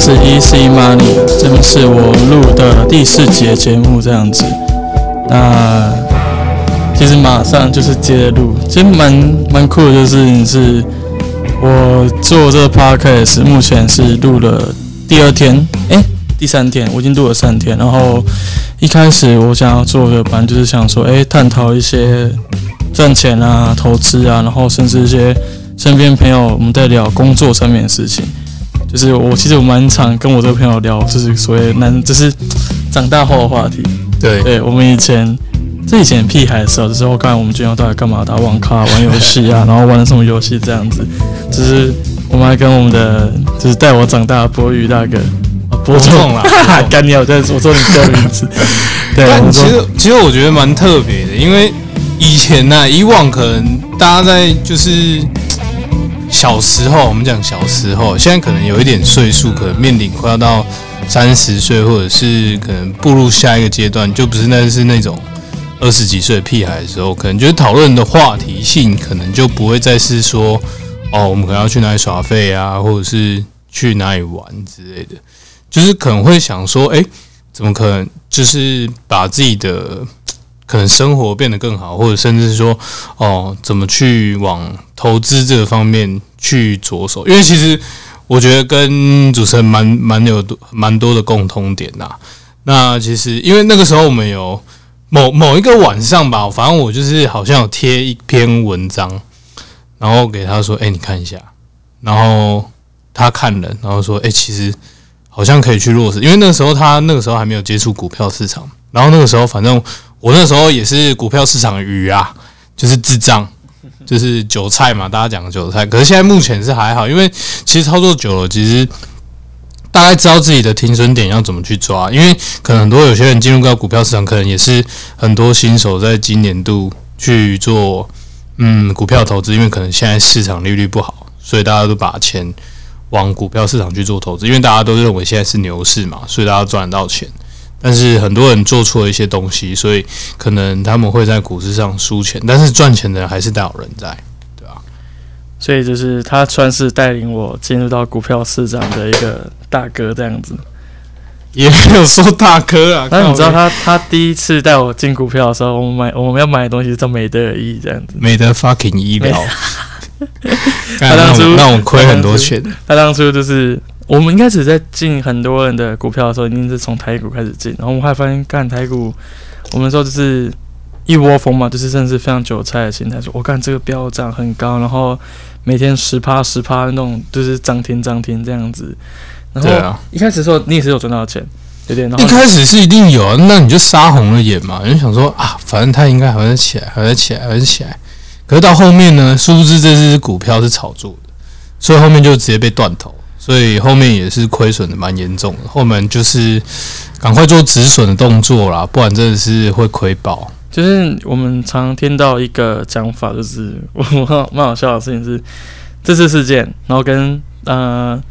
是 Easy Money，这边是我录的第四节节目这样子。那其实马上就是接着录，其实蛮蛮酷的，就是是我做这个 podcast 目前是录了第二天，诶，第三天，我已经录了三天。然后一开始我想要做的，反正就是想说，诶，探讨一些赚钱啊、投资啊，然后甚至一些身边朋友我们在聊工作上面的事情。就是我其实我蛮常跟我这个朋友聊，就是所谓男，就是长大后的话题。对，对我们以前，这以前屁孩的时候，就是我刚才我们经常到底干嘛打网咖、玩游戏 啊，然后玩什么游戏这样子。就是我们还跟我们的就是带我长大的博宇大哥，啊博总博总啦博啊，总干你啊！我在我说你叫名 字，对，但我其说实其实我觉得蛮特别的，因为以前呢、以往可能大家在就是小时候，我们讲小时候，现在可能有一点岁数，可能面临快要到三十岁，或者是可能步入下一个阶段，就不是那是那种二十几岁的屁孩的时候，可能就是讨论的话题性，可能就不会再是说哦，我们可能要去哪里耍废啊，或者是去哪里玩之类的，就是可能会想说，诶，怎么可能就是把自己的可能生活变得更好，或者甚至是说，哦，怎么去往投资这个方面去着手？因为其实我觉得跟主持人蛮蛮有多蛮多的共通点呐、那其实因为那个时候我们有某某一个晚上吧，反正我就是好像有贴一篇文章，然后给他说：“哎、你看一下。”然后他看了，然后说：“哎、其实好像可以去落实，因为那个时候他那个时候还没有接触股票市场，然后那个时候反正我那时候也是股票市场的鱼啊，就是智障， 就是韭菜嘛，大家讲的韭菜。可是现在目前是还好，因为其实操作久了，其实大概知道自己的停损点要怎么去抓，因为可能很多有些人进入到股票市场，可能也是很多新手在今年度去做嗯股票投资，因为可能现在市场利率不好，所以大家都把钱往股票市场去做投资，因为大家都认为现在是牛市嘛，所以大家赚得到钱。但是很多人做错了一些东西，所以可能他们会在股市上输钱，但是赚钱的人还是大有人在。所以就是他算是带领我进入到股票市场的一个大哥这样子。也没有说大哥啊，那靠你知道北他他第一次带我进股票的时候，我们买我们要买的东西叫美德尔 E 这样子。没得 fucking 医疗，他 干当让初我让我亏很多钱。他当初就是我们一开始在进很多人的股票的时候，一定是从台股开始进，然后我们后来发现，干台股，我们说就是一窝蜂嘛，就是甚至非常韭菜的心态，说我干这个标涨很高，然后每天十趴十趴那种，就是涨停涨停这样子。然对后啊，一开始的时候你也是有赚到钱，对不对？然后一开始是一定有啊，那你就杀红了眼嘛，你就想说啊，反正他应该还会起来，还会起来，还会起来。可是到后面呢，殊不知这只股票是炒作的，所以后面就直接被断头，所以后面也是亏损的蛮严重的。后面就是赶快做止损的动作啦，不然真的是会亏爆。就是我们常听到一个讲法，就是 我蛮好笑的事情是，这次事件，然后跟呃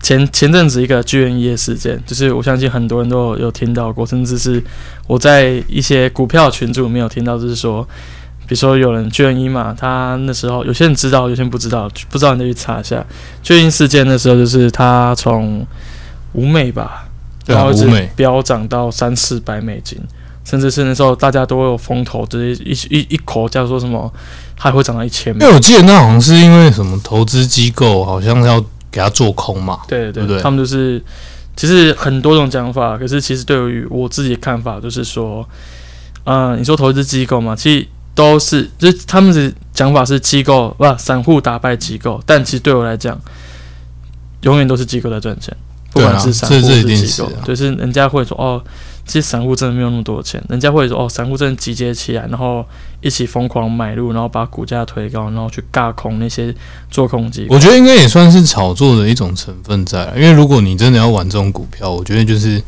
前前阵子一个居园夜事件，就是我相信很多人都有有听到过，甚至是我在一些股票群组里面有听到，就是说，比如说有人居园一嘛，他那时候有些人知道，有些人不知道，不知道你就去查一下居园一事件的时候，就是他从五美吧，对然啊，后一五直美，飙涨到三四百美金，甚至是那时候大家都有风头，直接一一一口叫说什么，还会涨到一千因美为。我记得那好像是因为什么投资机构好像要给他做空嘛，对对不对他们就是其实很多种讲法，可是其实对于我自己的看法就是说，嗯、你说投资机构嘛，其实都是就是他们的讲法是机构不、散户打败机构，但其实对我来讲，永远都是机构在赚钱，不对啊管是散户这或这是一定机构，是啊就是人家会说哦，其实散户真的没有那么多钱，人家会说哦，散户真的集结起来，然后一起疯狂买入，然后把股价推高，然后去尬空那些做空机构。我觉得应该也算是炒作的一种成分在啦，因为如果你真的要玩这种股票，我觉得就是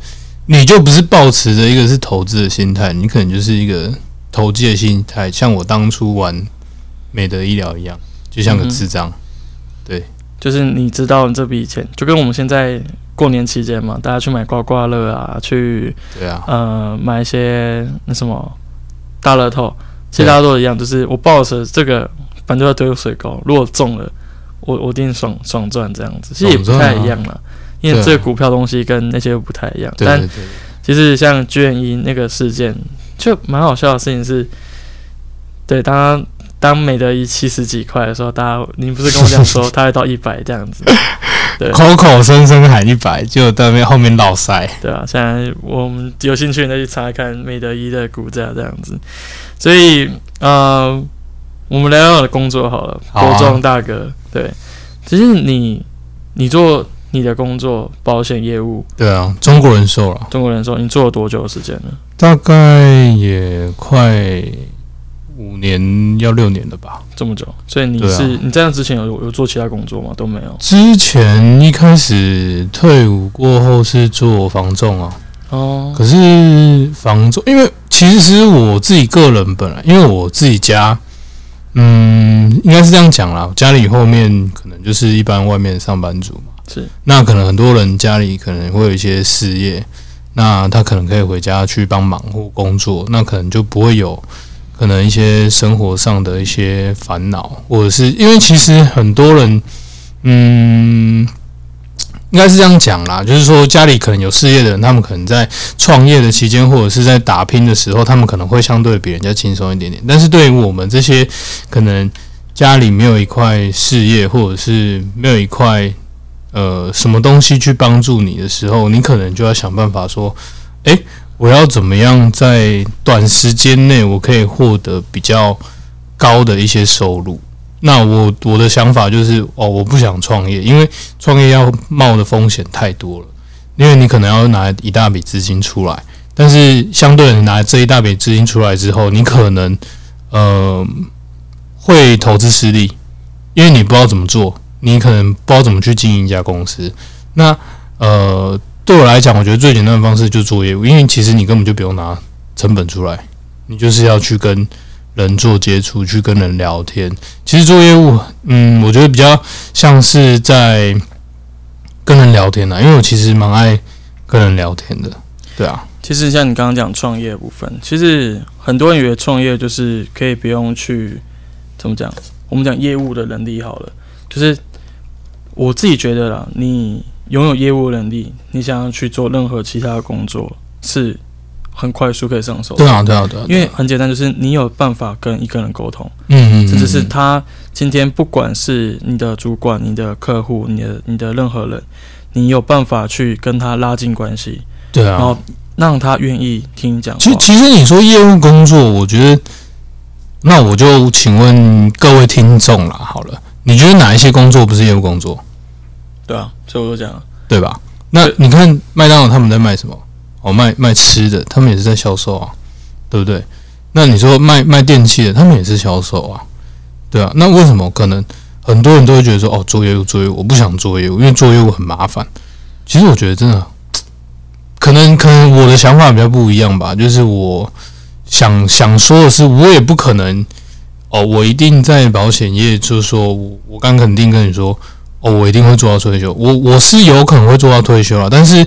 你就不是抱持着一个是投资的心态，你可能就是一个投机的心态，像我当初玩美德医疗一样，就像个嗯哼智障。就是你知道这笔钱，就跟我们现在过年期间嘛，大家去买刮刮乐啊，去对啊，呃买一些那什么大乐透，其实大家都一样，就是我抱着这个反正要丢水沟，如果中了，我我一定爽爽赚这样子，其实也不太一样啦。因为啊对这个股票东西跟那些不太一样。对但对对，其实像 G N 一那个事件，就蛮好笑的事情是，对，当当美德一七十几块的时候，大家你不是跟我讲 说它会到一百这样子，对口口声声喊一百，就在那边后面落塞。对啊，现在我们有兴趣你再去查看美德一的股价这样子。所以呃，我们聊聊我的工作好了，好啊国中大哥，对，其实你你做你的工作保险业务，对啊，中国人寿了，中国人说你做了多久的时间呢？大概也快五年要六年了吧。这么久，所以你对啊是、你在那之前有有做其他工作吗？都没有。之前一开始退伍过后是做房仲啊，哦，可是房仲，因为其实我自己个人本来，因为我自己家，嗯，应该是这样讲啦，家里后面可能就是一般外面上班族嘛，是，那可能很多人家里可能会有一些事业，那他可能可以回家去帮忙或工作，那可能就不会有可能一些生活上的一些烦恼，或者是因为其实很多人，嗯。应该是这样讲啦，就是说家里可能有事业的人，他们可能在创业的期间或者是在打拼的时候，他们可能会相对比人家轻松一点呃点。但是对于我们这些可能家里没有一块事业，或者是没有一块呃什么东西去帮助你的时候，你可能就要想办法说，诶，我要怎么样在短时间内我可以获得比较高的一些收入？那我我的想法就是，哦，我不想创业，因为创业要冒的风险太多了。因为你可能要拿一大笔资金出来，但是相对的你拿这一大笔资金出来之后，你可能呃会投资失利，因为你不知道怎么做，你可能不知道怎么去经营一家公司。那呃，对我来讲，我觉得最简单的方式就是做业务，因为其实你根本就不用拿成本出来，你就是要去跟人做接触，去跟人聊天。其实做业务，嗯，我觉得比较像是在跟人聊天的，啊因为我其实蛮爱跟人聊天的。对啊，其实像你刚刚讲创业的部分，其实很多人以为创业就是可以不用去怎么讲，我们讲业务的能力好了，就是我自己觉得啦，你拥有业务能力，你想要去做任何其他的工作，是很快速可以上手的对。啊，对啊，对啊，因为很简单，就是你有办法跟一个人沟通，嗯嗯，甚至是嗯他今天不管是你的主管、你的客户、你的你的任何人，你有办法去跟他拉近关系，对啊，然后让他愿意听你讲话其。其实你说业务工作，我觉得，那我就请问各位听众啦，好了，你觉得哪一些工作不是业务工作，对啊，所以我就讲，对吧？那对你看麦当劳他们在卖什么？哦，卖卖吃的，他们也是在销售啊，对不对？那你说卖卖电器的，他们也是销售啊，对啊。那为什么可能很多人都会觉得说，哦，做业务做业务，我不想做业务，因为做业务很麻烦。其实我觉得真的，可能可能我的想法比较不一样吧，就是我想想说的是，我也不可能哦，我一定在保险业，就是说我我刚肯定跟你说，哦，我一定会做到退休，我我是有可能会做到退休啊，但是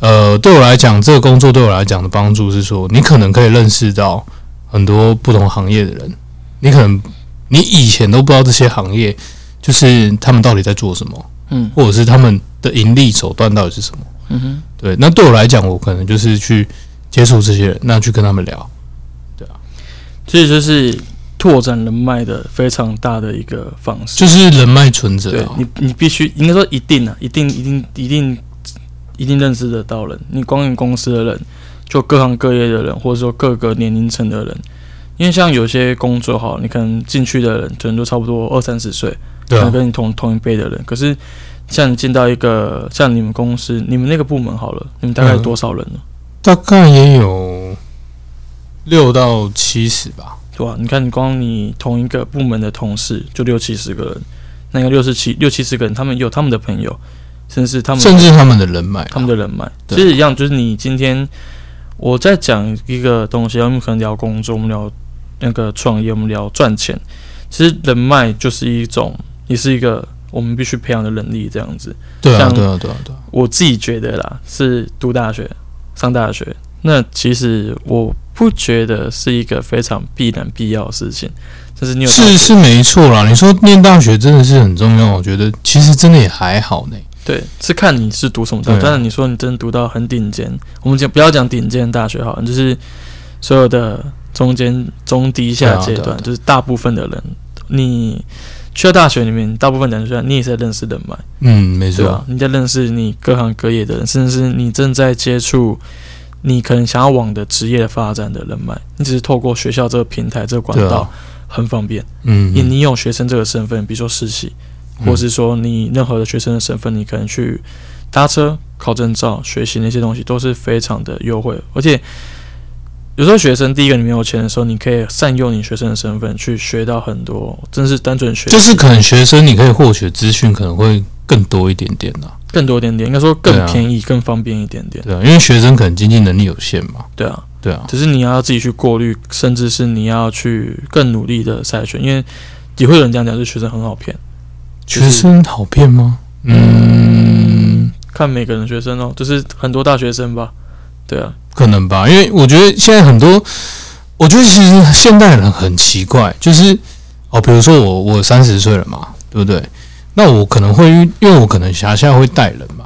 呃，对我来讲，这个工作对我来讲的帮助是说，你可能可以认识到很多不同行业的人，你可能你以前都不知道这些行业就是他们到底在做什么，嗯或者是他们的盈利手段到底是什么。嗯哼，对，那对我来讲，我可能就是去接触这些人，那去跟他们聊。所以就是拓展人脉的非常大的一个方式。就是人脉存折、对啊。你，你必须应该说一定啊，一定一定一定一定认识得到人。你光你公司的人，就各行各业的人，或者说各个年龄层的人。因为像有些工作哈，你可能进去的人可能就差不多二三十岁，可对能啊，跟你同同一辈的人。可是像你进到一个像你们公司，你们那个部门好了，你们大概有嗯多少人呢？大概也有六到七十吧。对啊，你看，你光你同一个部门的同事就六七十个人，那个六十七六七十个人，他们有他们的朋友，甚至他们甚至他们的人脉啊，他们的人脉，其对实一样，就是你今天我在讲一个东西，我们可能聊工作，我们聊那个创业，我们聊赚钱，其实人脉就是一种，也是一个我们必须培养的能力，这样子。对啊，像对啊，对啊，对啊，我自己觉得啦，是读大学、上大学，那其实我不觉得是一个非常必然必要的事情，但是你有是是没错啦。你说念大学真的是很重要，我觉得其实真的也还好呢。对，是看你是读什么大学。对啊但是你说你真的读到很顶尖，我们讲不要讲顶尖大学好了，就是所有的中间、中低下对啊阶对啊段，对啊就是大部分的人，你去到大学里面，大部分讲学你也是在认识人脉，嗯，没对啊错，吧？你在认识你各行各业的人，甚至是你正在接触你可能想要往的职业发展的人脉，你只是透过学校这个平台、这个管对啊道，很方便。嗯，你你有学生这个身份，比如说实习，嗯或是说你任何的学生的身份，你可能去搭车、考证照、学习那些东西，都是非常的优惠。而且有时候学生第一个你没有钱的时候，你可以善用你学生的身份去学到很多，真是单纯学就是可能学生你可以获取资讯可能会更多一点点啦，更多一点点，应该说更对啊便宜、更方便一点点。对啊，因为学生可能经济能力有限嘛，对啊，对啊，只是你要自己去过滤，甚至是你要去更努力的筛选，因为也会有人这样讲，就是学生很好骗。就是学生好骗吗？嗯，看每个人的学生哦，就是很多大学生吧，对啊，可能吧，因为我觉得现在很多，我觉得其实现代人很奇怪，就是哦，比如说我我三十岁了嘛，对不对？那我可能会遇因为我可能辖下会带人嘛，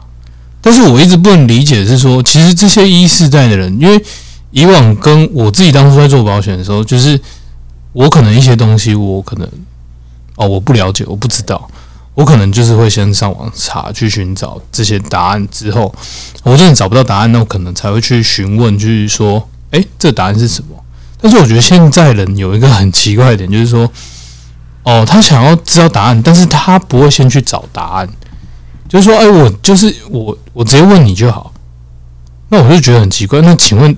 但是我一直不能理解的是说，其实这些一世代的人，因为以往跟我自己当初在做保险的时候，就是我可能一些东西我可能哦我不了解，我不知道。我可能就是会先上网查去寻找这些答案，之后我真的找不到答案，那我可能才会去询问，去说，诶，这个答案是什么？但是我觉得现在人有一个很奇怪的点，就是说，哦，他想要知道答案，但是他不会先去找答案，就是说，诶，我就是我，我直接问你就好。那我就觉得很奇怪。那请问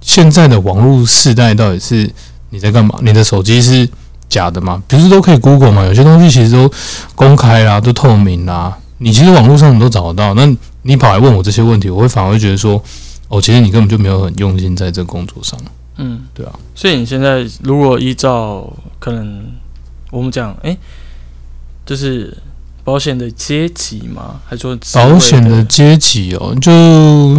现在的网络世代到底是你在干嘛？你的手机是假的吗？不是都可以 Google 吗？有些东西其实都公开啦，都透明啦，你其实网络上你都找得到。那你跑来问我这些问题，我会反而会觉得说，哦，其实你根本就没有很用心在这工作上。嗯，对啊。所以你现在如果依照可能我们讲，哎、就是保险的阶级嘛，还说职位保险的，阶级哦，就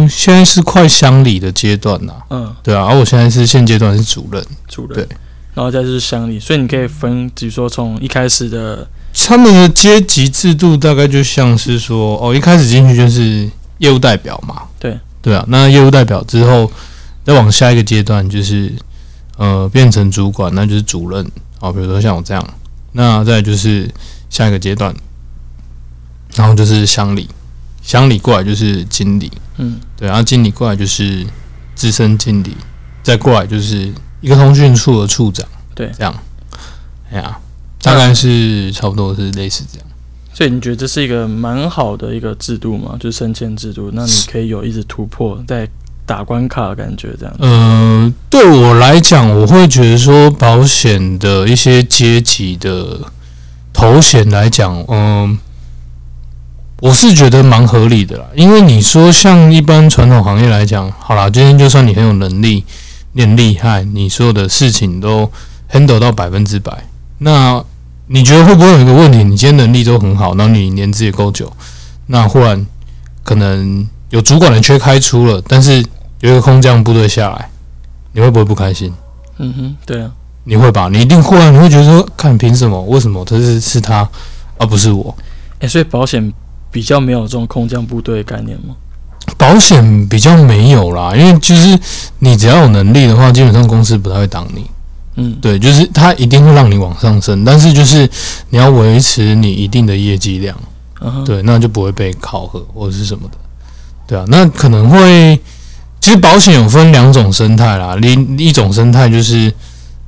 现在是快乡里的阶段啦，嗯，对啊，而我现在是现阶段是主任，主人，对，然后再就是乡里，所以你可以分，比如说从一开始的，他们的阶级制度大概就像是说，哦，一开始进去就是业务代表嘛，对对啊，那业务代表之后，再往下一个阶段就是，呃，变成主管，那就是主任啊、哦，比如说像我这样，那再就是下一个阶段，然后就是乡里，乡里过来就是经理，嗯，对，然后经理过来就是资深经理，再过来就是一个通讯处的处长，对这样，哎呀，大概是差不多是类似这样。所以你觉得这是一个蛮好的一个制度嘛，就是升迁制度，那你可以有一直突破，在打关卡的感觉这样，呃，对我来讲，我会觉得说保险的一些阶级的头衔来讲，嗯、我是觉得蛮合理的啦。因为你说像一般传统行业来讲，好啦，今天就算你很有能力，你很厉害，你所有的事情都 handle 到百分之百，那你觉得会不会有一个问题？你今天能力都很好，然后你年资也够久，那忽然可能有主管的缺开出了，但是有一个空降部队下来，你会不会不开心？嗯哼，对啊，你会吧？你一定会啊！你会觉得说，看凭什么？为什么他是是他，而、不是我？哎、所以保险比较没有这种空降部队的概念吗？保险比较没有啦，因为就是你只要有能力的话，基本上公司不太会挡你。嗯，对，就是他一定会让你往上升，但是就是你要维持你一定的业绩量。嗯哼，对，那就不会被考核或者是什么的。对啊，那可能会，其实保险有分两种生态啦，另一种生态就是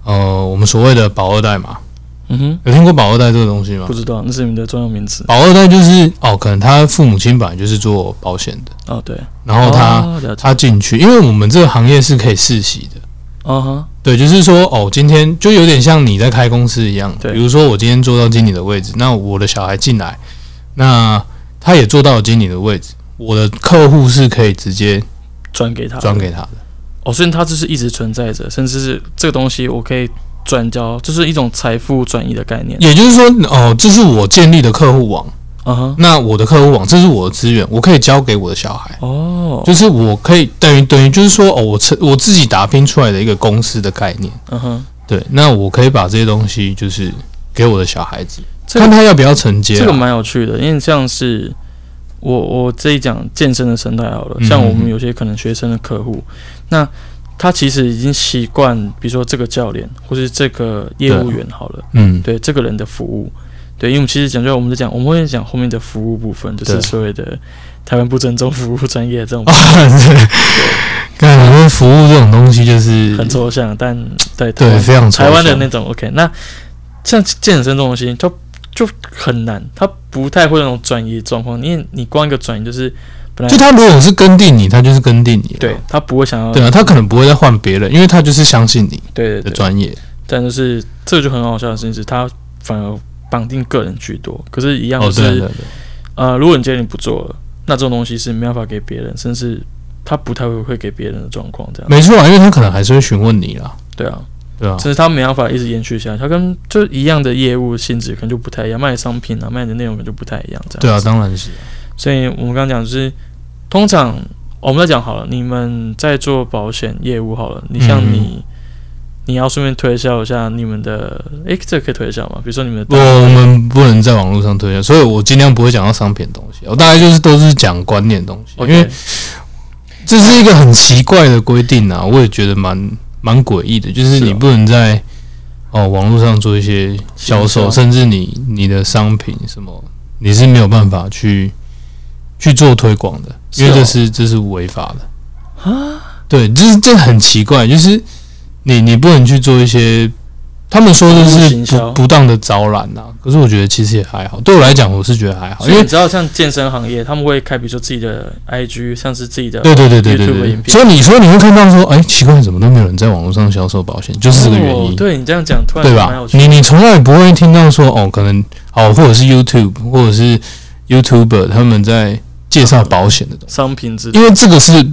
呃我们所谓的保二代嘛，嗯哼，有听过保二代这个东西吗不？知道，那是你们的专用名词保二代就是哦，可能他父母亲本来就是做保险的，哦，对。啊然后他、哦、了解他进去，因为我们这个行业是可以世袭的。哦哈，对，就是说，哦，今天就有点像你在开公司一样。对比如说我今天做到经理的位置，那我的小孩进来，那他也做到了经理的位置，我的客户是可以直接转给他，转给他的。哦，所以它就是一直存在着，甚至是这个东西我可以转交，就是一种财富转移的概念。也就是说，哦，这是我建立的客户网，啊哈，那我的客户网，这是我的资源，我可以交给我的小孩。哦，就是我可以等于等于就是说，哦，我成我自己打拼出来的一个公司的概念。嗯哼，对，那我可以把这些东西就是给我的小孩子，这看个他要不要承接啊、这个蛮有趣的，因为像是我我这一讲健身的生态好了，嗯像我们有些可能学生的客户，那他其实已经习惯，比如说这个教练或是这个业务员好了，嗯， 对这个人的服务，对，因为我们其实讲出来，我们在讲，我们会讲后面的服务部分，就是对所谓的台湾不尊重服务专业这种啊，对，干，我觉得服务这种东西就是很抽象，但对台对湾非常抽台象湾的那种 OK，那像健身这种东西，它就很难，它不太会有那种转移的状况，因为你光一个转移就是本来就他如果是跟定你，他就是跟定你了，啊对他不会想要对啊，他可能不会再换别人，因为他就是相信你对的对对，专业，但就是这就很好笑的事情是，他反而绑定个人居多，可是一样哦，就是、对对啊对，呃，如果你今天你不做了，那这种东西是没办法给别人，甚至他不太会会给别人的状况这样。没错啊，因为他可能还是会询问你啦，对啊，对啊，甚至他没办法一直延续下去，他跟就一样的业务性质可能就不太一样，卖的商品啊，卖的内容可能就不太一样这样。对啊，当然是，所以我们刚刚讲就是，通常、哦我们在讲好了，你们在做保险业务好了，你像嗯你，你要顺便推销一下你们的，诶，这个可以推销吗？比如说你们我的，啊我们不能在网络上推销，所以我尽量不会讲到商品的东西，我大概就是都是讲观念的东西，哦因 OK，为这是一个很奇怪的规定啊，我也觉得蛮蛮诡异的，就是是啊你不能在哦网络上做一些销售，行销甚至你你的商品什么，你是没有办法去去做推广的，是因为哦这是这是违法的啊。对，就是这很奇怪，就是你你不能去做一些。他们说就网络是行销不不当的招揽呐、可是我觉得其实也还好，对我来讲我是觉得还好，所因以为你知道像健身行业，他们会开比如说自己的 IG，像是自己的对对对对对 YouTube 对影对，片所以你说你会看到说，哎，奇怪，怎么都没有人在网络上销售保险，就是这个原哦因，对你这样讲，突然对蛮有吧？趣的你你从来不会听到说，哦，可能哦，或者是 YouTube 或者是 YouTuber 他们在介绍保险的东商品之西，因为这个是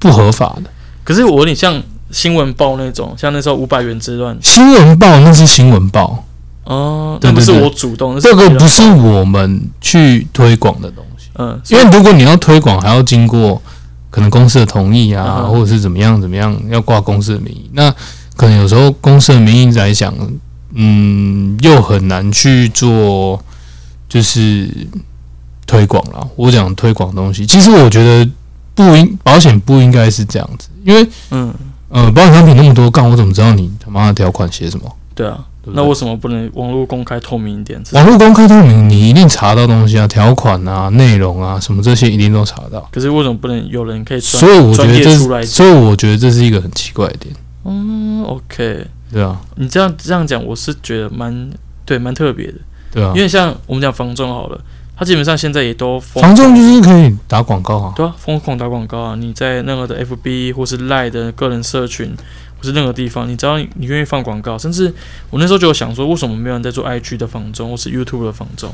不合法的。可是我问你像新闻报那种，像那时候五百元之乱，新闻报那是新闻报，哦，对那不对是对我主动，那这个别人不是我们去推广的东西，嗯，因为如果你要推广，还要经过可能公司的同意啊，嗯哼或者是怎么样怎么样，要挂公司的名义。那可能有时候公司的名义来讲，嗯，又很难去做就是推广啦。我讲推广东西，其实我觉得不应保险不应该是这样子，因为嗯，呃，保险商品那么多，干我怎么知道你他妈的条款写什么？对啊，对不那对为什么不能网络公开透明一点？网络公开透明，你一定查到东西啊，条款啊、内容啊什么这些一定都查得到。可是为什么不能有人可以专？所以我觉专得业这出来是，所以我觉得这是一个很奇怪的点，嗯，OK，对啊，你这样这样讲，我是觉得蛮对，蛮特别的。对啊因，为像我们讲房仲好了，他基本上现在也都疯房仲就是可以打广告啊，对啊，疯狂打广告啊！你在任何的 FB 或是 Line 的个人社群，或是任何地方，你只要你愿意放广告，甚至我那时候就有想说，为什么没有人在做 IG 的房中，或是 YouTube 的房中？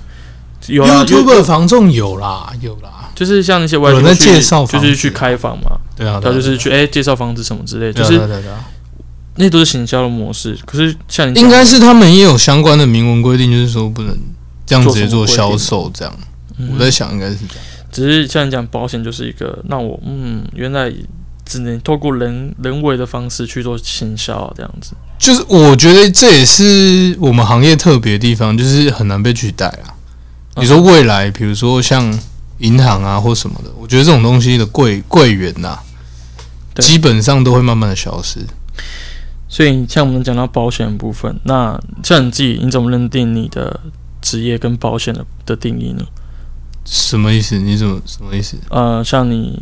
有啊，有的房仲有啦，有啦，就是像那些外有地人在去介绍就房是子去开房嘛，对啊，他对啊就是去哎、介绍房子什么之类的，对就啊是对啊对啊对啊，那都是行销的模式。可是像你讲应该是他们也有相关的明文规定，就是说不能这样直接做做什么规销定售，这样，嗯我在想应该是这样，只是像你讲保险就是一个让我嗯，原来只能透过人人为的方式去做行销、啊、这样子。就是我觉得这也是我们行业特别的地方，就是很难被取代啊。嗯你说未来，比如说像银行啊或什么的，我觉得这种东西的柜柜员呐，对基本上都会慢慢的消失。所以像我们讲到保险的部分，那像你自己，你怎么认定你的职业跟保险的的定义呢？什么意思？你怎么什么意思？呃，像你，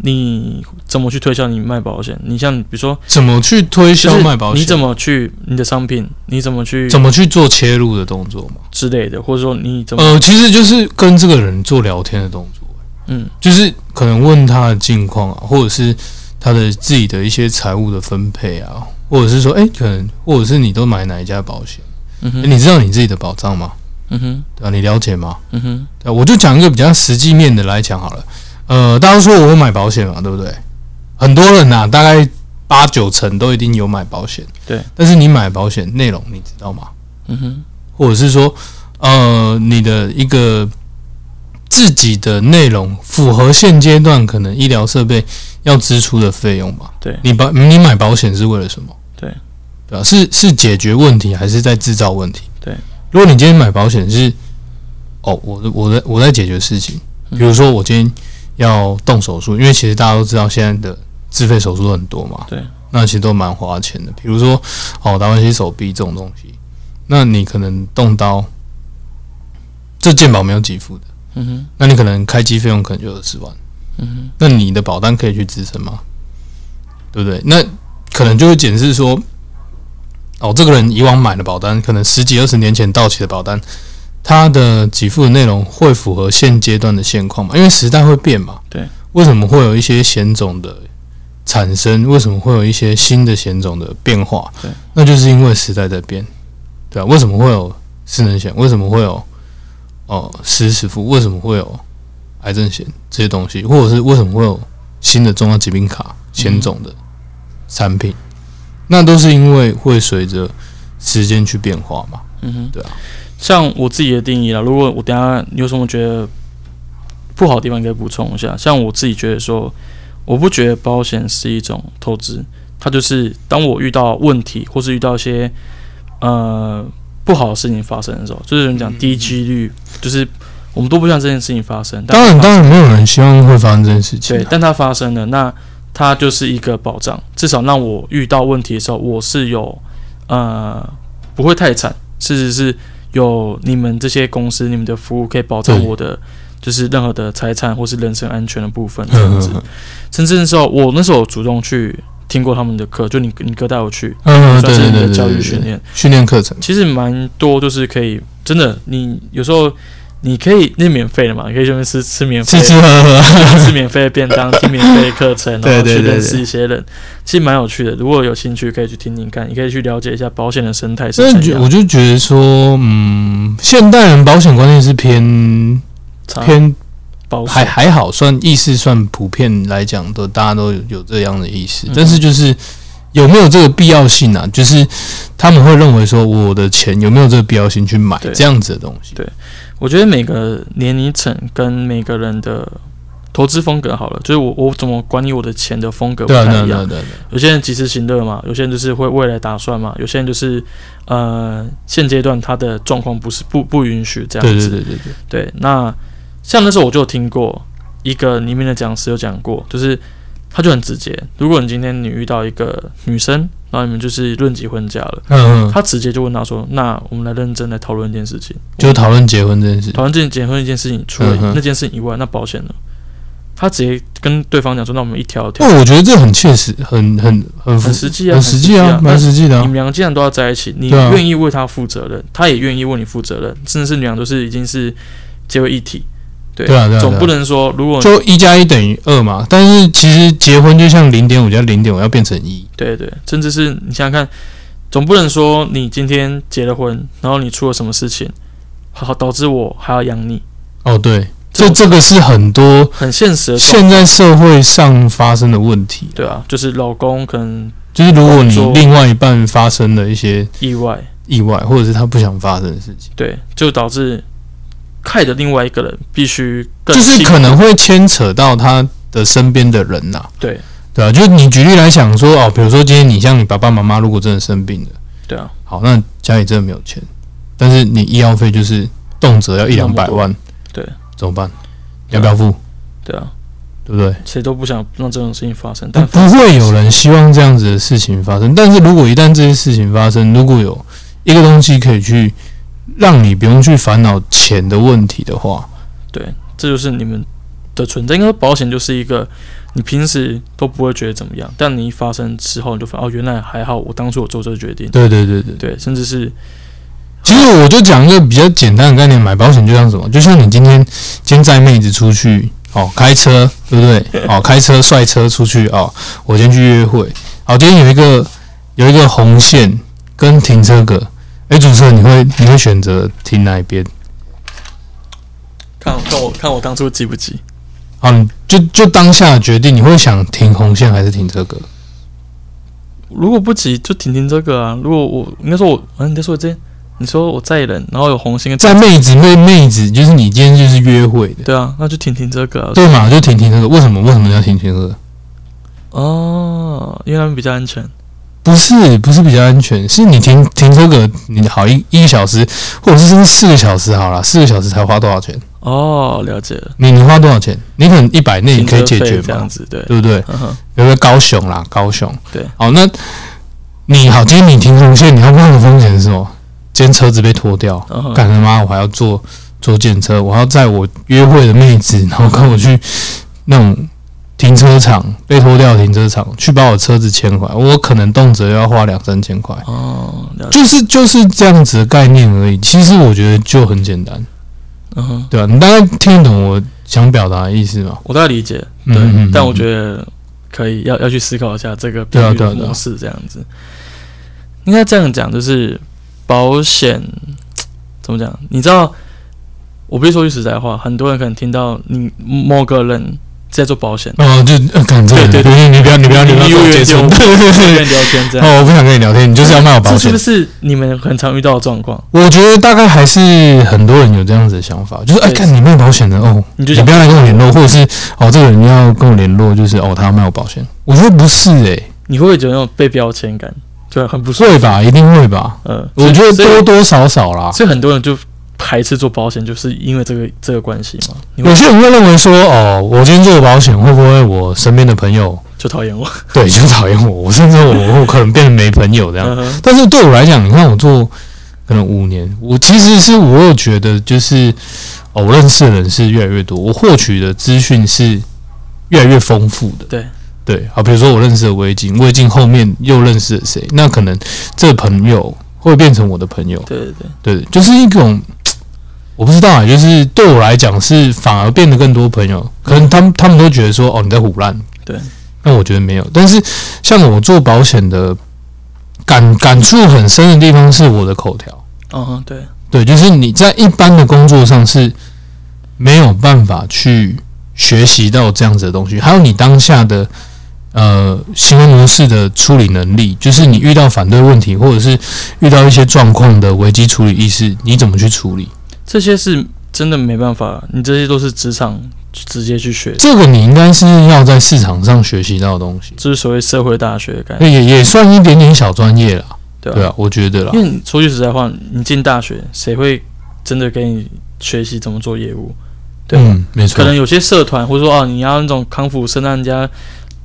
你怎么去推销你卖保险？你像比如说，怎么去推就销是卖保险？你怎么去你的商品，你怎么去怎么去做切入的动作嘛？之类的，或者说你怎么、呃，其实就是跟这个人做聊天的动作，嗯就是可能问他的近况啊，或者是他的自己的一些财务的分配啊，或者是说，哎、可能或者是你都买哪一家保险、嗯诶哼你知道你自己的保障吗？嗯哼对啊，你了解吗？嗯哼对啊、我就讲一个比较实际面的来讲好了。呃，大家都说我有买保险嘛，对不对？很多人呐、大概八九成都一定有买保险。对。但是你买保险内容你知道吗？嗯哼或者是说，呃，你的一个自己的内容符合现阶段可能医疗设备要支出的费用吧？对你保你买保险是为了什么？对，对啊，是是解决问题还是在制造问题？对，如果你今天买保险是，哦，我我在我在解决事情，嗯比如说我今天要动手术，因为其实大家都知道现在的自费手术都很多嘛，对，那其实都蛮花钱的。比如说哦，达文西手臂这种东西，那你可能动刀，这健保没有给付的，嗯哼，那你可能开机费用可能就二十万，嗯那你的保单可以去支撑吗？对不对？那可能就会解释说，哦，这个人以往买的保单，可能十几二十年前到期的保单，它的给付的内容会符合现阶段的现况嘛？因为时代会变嘛。对。为什么会有一些险种的产生？为什么会有一些新的险种的变化？对，那就是因为时代在变，对啊，为什么会有失能险？为什么会有哦失实付？为什么会有癌症险这些东西？或者是为什么会有新的重要疾病卡险种嗯的产品？那都是因为会随着时间去变化嘛。嗯哼，对啊。像我自己的定义啦，如果我等一下你有什么觉得不好的地方，可以补充一下。像我自己觉得说，我不觉得保险是一种投资，它就是当我遇到问题或是遇到一些呃不好的事情发生的时候，就是人嗯讲低几率，就是我们都不希望这件事情发生。但当然，当然没有人希望会发生这件事情、对，但它发生了，那它就是一个保障，至少让我遇到问题的时候，我是有呃不会太惨，事实是有你们这些公司、你们的服务可以保障对我的就是任何的财产或是人身安全的部分这样子嗯。甚至那时候，我那时候有主动去听过他们的课，就你你哥带我去，嗯，算对是对你的对教育对训对练对，。训 练课程，其实蛮多，就是可以真的，你有时候你可以那免费的嘛，你可以这边吃吃免费吃的吃喝喝，吃免费的便当，听免费的课程，然后对对去对认对识一些人，其实蛮有趣的。如果有兴趣，可以去听听看，也可以去了解一下保险的生态是真的怎觉我样。就觉得说，嗯，现代人保险观念是偏差偏保还险，还好，算意识算普遍来讲都大家都有有这样的意识嗯，但是就是有没有这个必要性啊？就是他们会认为说，我的钱有没有这个必要性去买对这样子的东西？对我觉得每个年龄层跟每个人的投资风格好了，就是我我怎么管理我的钱的风格不对啊，对太啊，一对啊，样。对啊，有些人及时行乐嘛，有些人就是会未来打算嘛，有些人就是呃现阶段他的状况不是不不允许这对样对子。对对对对，对，那像那时候我就有听过一个里面的讲师有讲过，就是他就很直接，如果你今天你遇到一个女生，然后你们就是论及婚嫁了，嗯嗯，他直接就问他说：“那我们来认真来讨论一件事情，就是讨论结婚这件事，讨论这件结婚一件事情，除了嗯哼那件事情以外，那保险呢？”他直接跟对方讲说：“那我们一条条，那我觉得这很切实，很很很很实际啊，哦很实际啊，那蛮实际的你啊们。俩既然都要在一起，你对啊愿意为他负责任，他也愿意为你负责任，甚至是你俩都是已经是结为一体，对对啊对啊总对啊不能说如果就一加一等于二嘛，但是其实结婚就像零点五加零点五要变成一，对对，甚至是你想想看，总不能说你今天结了婚，然后你出了什么事情，好导致我还要养你，哦，对，这种这个是很多很现实的状，现在社会上发生的问题，对啊，就是老公可能就是如果你工作另外一半发生了一些意外，意外，或者是他不想发生的事情，对，就导致害的另外一个人必须更就是辛苦可能会牵扯到他的身边的人呐、对对啊，就是你举例来想说，哦，比如说今天你像你爸爸妈妈如果真的生病了，对啊，好，那家里真的没有钱，但是你医药费就是动辄要一两百万，对，怎么办？要不要付？对啊，对不对？谁都不想让这种事情发生，但但不会有人希望这样子的事情发生。但是如果一旦这些事情发生，如果有一个东西可以去让你不用去烦恼钱的问题的话，这就是你们的存在。应该说保险就是一个你平时都不会觉得怎么样，但你一发生之后，你就发现哦，原来还好，我当初我做这个决定，对对对对。对，甚至是其实我就讲一个比较简单的概念，买保险就像什么，就像你今天今天载妹子出去哦，开车对不对？哦，开车帅车出去哦，我今天去约会，好、今天有一个有一个红线跟停车格，哎，主持人你会你会选择停哪一边？看我看我看我当初急不急？好，你哦就就当下的决定，你会想停红线还是停这个？如果不急，就停停这个啊。如果我应该说我，嗯，你在说我这，你说我在人，然后有红心跟在妹子妹妹子，就是你今天就是约会的，对啊，那就停停这个啊、对嘛？就停停这个，为什么？为什么要停停这个？哦，因为他们比较安全。不是，不是比较安全，是你停停车格，你好一一个小时，或者是甚至四个小时好了，四个小时才花多少钱？哦哦，了解了，你你花多少钱？你可能一百内你可以解停车决费这嘛样，子，对，对不对？嗯哼，有个高雄啦，高雄。对，好，那你好，今天你停红线，你要冒的风险是什么？今天车子被拖掉，嗯哼干他妈，我还要坐坐电车，我还要载我约会的妹子，然后跟我去那种停车场被拖掉的停车场去把我车子牵回来，我可能动辄要花两三千块，哦，了解，就是就是这样子的概念而已。其实我觉得就很简单，嗯哼，对吧、你大概听得懂我想表达的意思吗？我大概理解，嗯对，嗯嗯但我觉得可以要要去思考一下这个比对啊喻对啊的对啊模式，这样子，应该这样讲，就是保险怎么讲？你知道，我必须说句实在话，很多人可能听到你某个人在做保险，哦，就呃，干这个，对对不是你不要，你不要，你不要你跟我有点接触， 有对对跟对人聊天这样。哦，我不想跟你聊天，你就是要卖我保这是险不。是你们很常遇到的状况？我觉得大概还是很多人有这样子的想法，就是哎，对看你卖保险的哦，你就你想不要来跟我联络，或者是哦，这个人要跟我联络，就是哦，他要卖我保险。我觉得不是诶、你会不会觉得那种被标签感，对，很不会爽？吧，一定会吧。呃，我觉得所以多多少少啦，所以很多人就排斥做保险，就是因为这个这个关系嘛。你会有些人会认为说哦，我今天做保险，会不会我身边的朋友就讨厌我，对就讨厌我，我甚至我我可能变得没朋友这样。嗯哼但是对我来讲，你看我做可能五年，我其实是我有觉得就是哦，我认识的人是越来越多，我获取的资讯是越来越丰富的。对对，好，比如说我认识了魏晋，魏晋后面又认识了谁，那可能这朋友会变成我的朋友。对对对，对，就是一种我不知道啊，就是对我来讲是反而变得更多朋友，可能他们他们都觉得说哦你在胡乱，对，那我觉得没有，但是像我做保险的感感触很深的地方是我的口条，嗯哼，对，对，就是你在一般的工作上是没有办法去学习到这样子的东西，还有你当下的。呃，行为模式的处理能力，就是你遇到反对问题，或者是遇到一些状况的危机处理意识，你怎么去处理？这些是真的没办法，你这些都是职场直接去学，这个你应该是要在市场上学习到的东西，这是所谓社会大学的概念，也也算一点点小专业啦，嗯对吧、对啊，我觉得啦因，为你说句实在话，你进大学谁会真的给你学习怎么做业务，对吧？啊嗯，没错可，能有些社团或者说哦，你要那种康复生，让人家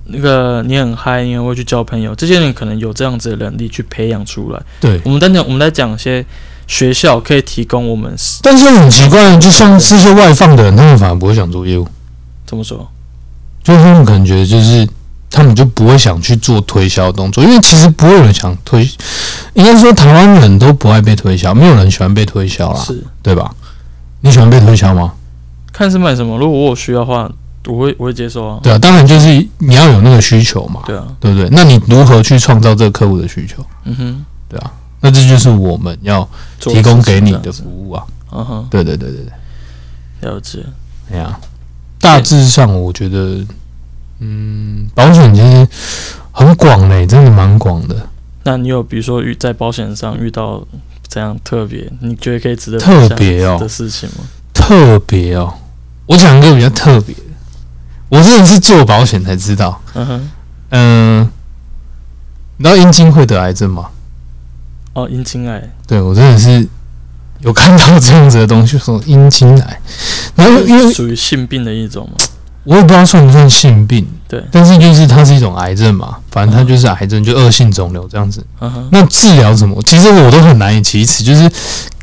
那个你很嗨，你很会去交朋友，这些人可能有这样子的能力去培养出来。对。我们单讲，我们在讲一些学校可以提供我们但是很奇怪，就像这些外放的人，他们反而不会想做业务，怎么说？就是他们可能觉得就是他们就不会想去做推销动作，因为其实不会有人想推，应该说台湾人都不爱被推销，没有人喜欢被推销啦，是对吧？你喜欢被推销吗？看是卖什么。如果我有需要的话，我会我会接受啊。对啊，当然就是你要有那个需求嘛，对啊，对不对？那你如何去创造这个客户的需求？嗯哼，那这就是我们要做提供事给情你这样的子服务啊。嗯哼，对对对对对，了解。哎呀，大致上我觉得，嗯，保险其实很广嘞、真的蛮广的，那你有比如说遇在保险上遇到怎样特别，你觉得可以值得分特享别哦的事情吗？特别哦。我讲一个比较特别的，我真的是做保险才知道，嗯哼，嗯、你知道阴茎会得癌症吗？哦，姻亲爱，对我真的是有看到这样子的东西，说阴茎癌，然后因为属于性病的一种吗？我也不知道算不算性病，对但是就是它是一种癌症嘛，反正它就是癌症，就恶性肿瘤这样子。嗯哼，那治疗什么？其实我都很难以启齿，就是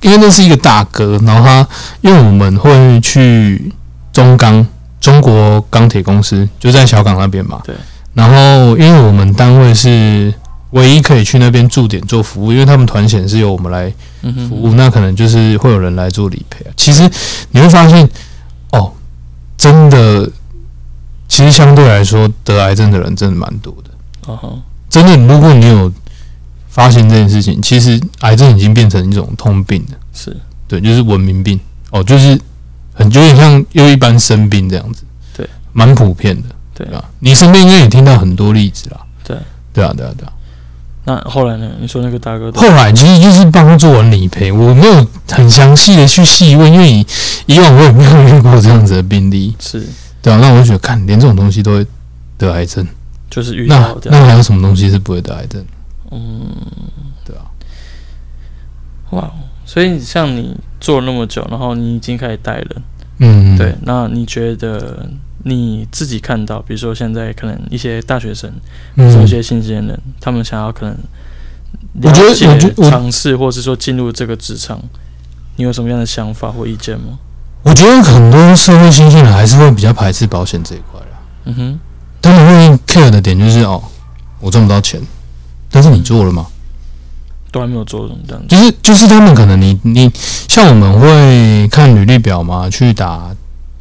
因为那是一个大哥，然后他因为我们会去中钢，中国钢铁公司就在小港那边嘛，对。然后因为我们单位是唯一可以去那边驻点做服务，因为他们团险是由我们来嗯哼，服务，那可能就是会有人来做理赔啊。其实你会发现，哦，真的，其实相对来说，得癌症的人真的蛮多的。嗯哼，真的，如果你有发现这件事情，其实癌症已经变成一种通病了，是对，就是文明病哦，就是很有点像又一般生病这样子，对，蛮普遍的，对对。吧？你身边应该也听到很多例子啦，对，对啊，对啊，对啊。那后来呢？你说那个大哥的，后来其实就是帮助我理赔，我没有很详细的去细问，因为以以往我也没有遇过这样子的病例，是对啊，那我就觉得，看连这种东西都会得癌症，就是遇那到这样，那还有什么东西是不会得癌症？嗯，对啊，哇哦，所以像你做了那么久，然后你已经开始带人，嗯，对，那你觉得你自己看到，比如说现在可能一些大学生，或嗯者说一些新鲜人，他们想要可能我了觉得我觉解得、我尝试，或是说进入这个职场，你有什么样的想法或意见吗？我觉得很多社会新鲜人还是会比较排斥保险这一块啦。嗯哼，他们会 care 的点就是哦，我赚不到钱，但是你做了吗？都还没有做这种这样子。就是就是他们可能你你像我们会看履历表嘛，去打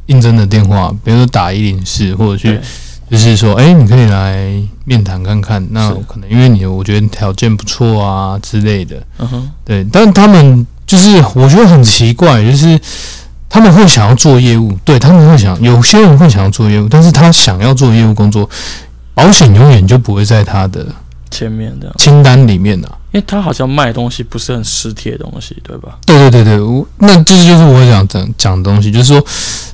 应征的电话，比如说打一零四，或者去对就是说，哎、你可以来面谈看看。那是可能因为你我觉得条件不错啊之类的，嗯哼，对。但他们就是我觉得很奇怪，就是他们会想要做业务，对他们会想有些人会想要做业务，但是他想要做业务工作，保险永远就不会在他的前面这样，清单里面啊。因为他好像卖的东西不是很实体的东西，对吧？对对对对，我那这就是我想讲讲的东西，就是说，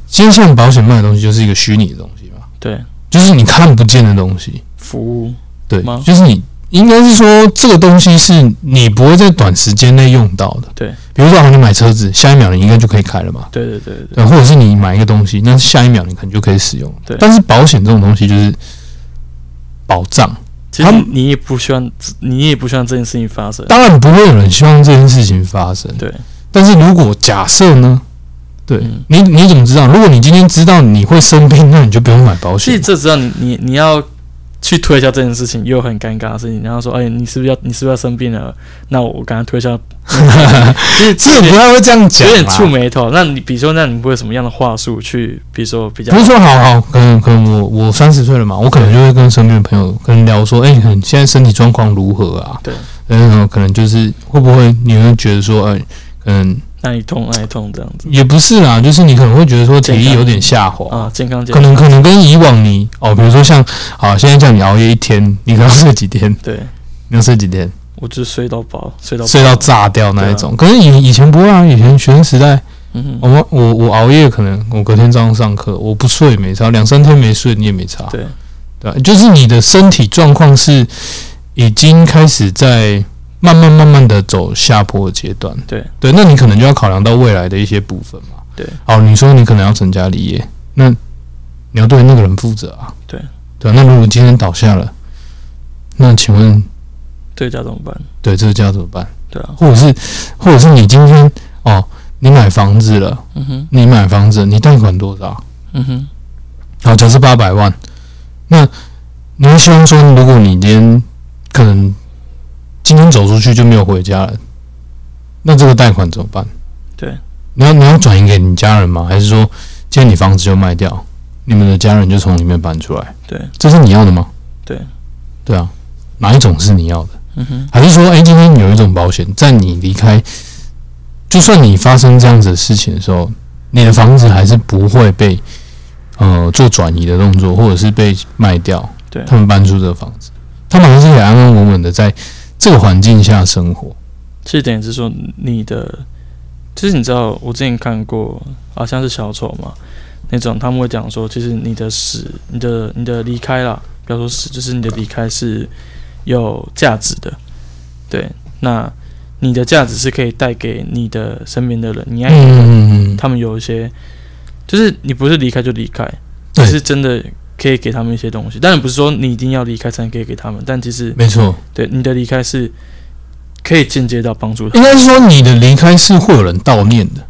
今天像保险卖的东西就是一个虚拟的东西嘛，对，就是你看不见的东西，服务，对吗，就是你应该是说这个东西是你不会在短时间内用到的，对，比如说好，你买车子，下一秒你应该就可以开了嘛，对对对对对，呃或者是你买一个东西，那下一秒你可能就可以使用，对但是保险这种东西就是保障，其他实们你也不希望，你也不希望这件事情发生。当然不会有人希望这件事情发生，对，但是如果假设呢？对嗯你，你怎么知道？如果你今天知道你会生病，那你就不用买保其实险。这只要你你你要去推销这件事情，又很尴尬的事情。然后说，哎，你是不是要你是不是要生病了？那我刚刚推销，其实这也不太会这样讲有点触啦。眉头。那你比如说，那你会有什么样的话术去，比如说比较不是说好好，可能可能我我三十岁了嘛，我可能就会跟身边的朋友跟人聊说，哎、你现在身体状况如何啊？对，嗯，可能就是会不会你会觉得说，哎、可能那你痛那你痛这样子也不是啦，就是你可能会觉得说体力有点下滑，啊？健康检可查能可能跟以往你哦，比如说像啊，现在叫你熬夜一天，你可能要睡几天？对，你要睡几天？我就是睡到饱，睡到饱睡到，炸掉那一种。可是以以前不会啊，以前学生时代，嗯我哼，们我我熬夜，可能我隔天早上上课，我不睡没差，两三天没睡你也没差，对对吧就是你的身体状况是已经开始在慢慢慢慢的走下坡的阶段，对对，那你可能就要考量到未来的一些部分嘛，对。好，你说你可能要成家立业，那你要对那个人负责啊，对对啊，那如果今天倒下了，那请问对家怎么办？对这个家怎么办？对啊，或者是或者是你今天哦，你买房子了，嗯哼，你买房子，你贷款多少？嗯哼，好，假设八百万，那你会希望说，如果你今天可能今天走出去就没有回家了，那这个贷款怎么办？对，你要你要转移给你家人吗？还是说今天你房子就卖掉，你们的家人就从里面搬出来？对，这是你要的吗？对，对啊，哪一种是你要的？嗯哼，还是说，哎、今天有一种保险，在你离开，就算你发生这样子的事情的时候，你的房子还是不会被呃做转移的动作，或者是被卖掉，对他们搬出这个房子，他们还是可以安安稳稳的在这个环境下生活。其实等于是说你的，其实你知道，我之前看过，好、像是小丑嘛那种，他们会讲说，其实你的死，你的你的离开啦，不要说死，就是你的离开是有价值的，对，那你的价值是可以带给你的身边的人，你爱的人，嗯，他们有一些，就是你不是离开就离开，对只是真的可以给他们一些东西，当然不是说你一定要离开才可以给他们，但其实没错，对你的离开是可以间接到帮助他应们。该是说你的离开是会有人悼念的，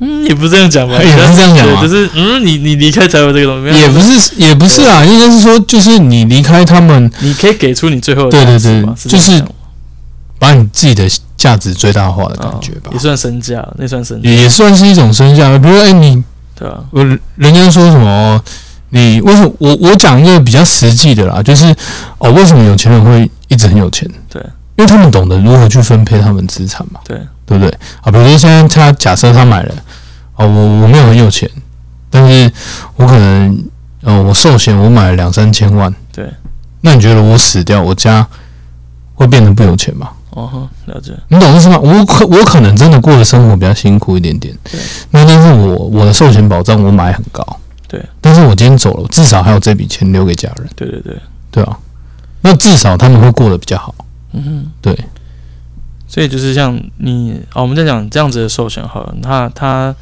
嗯，也不是这样讲吧？哎也不是这样讲对，吗就是嗯，你你离开才有这个东西，也不是也不是啊，应该是说就是你离开他们，你可以给出你最后的对价对值对吧是就是这样讲吗把你自己的价值最大化的感觉吧哦也。算身价，那算身价也，也算是一种身价，比如说，哎、你对啊，我呃人家说什么哦？你为什么？我我讲一个比较实际的啦，就是哦，为什么有钱人会一直很有钱？对，因为他们懂得如何去分配他们资产嘛，对对不对？啊，比如说现在他假设他买了，哦，我我没有很有钱，但是我可能，呃，我寿险我买了两三千万，对，那你觉得我死掉，我家会变得不有钱吗？哦哼，了解，你懂意思吗？我可我可能真的过的生活比较辛苦一点点对，那但是我我的寿险保障我买很高，对，但是我今天走了，至少还有这笔钱留给家人，对对对，对啊，那至少他们会过得比较好，嗯哼，对。所以就是像你啊、哦我们在讲这样子的寿险好了，那它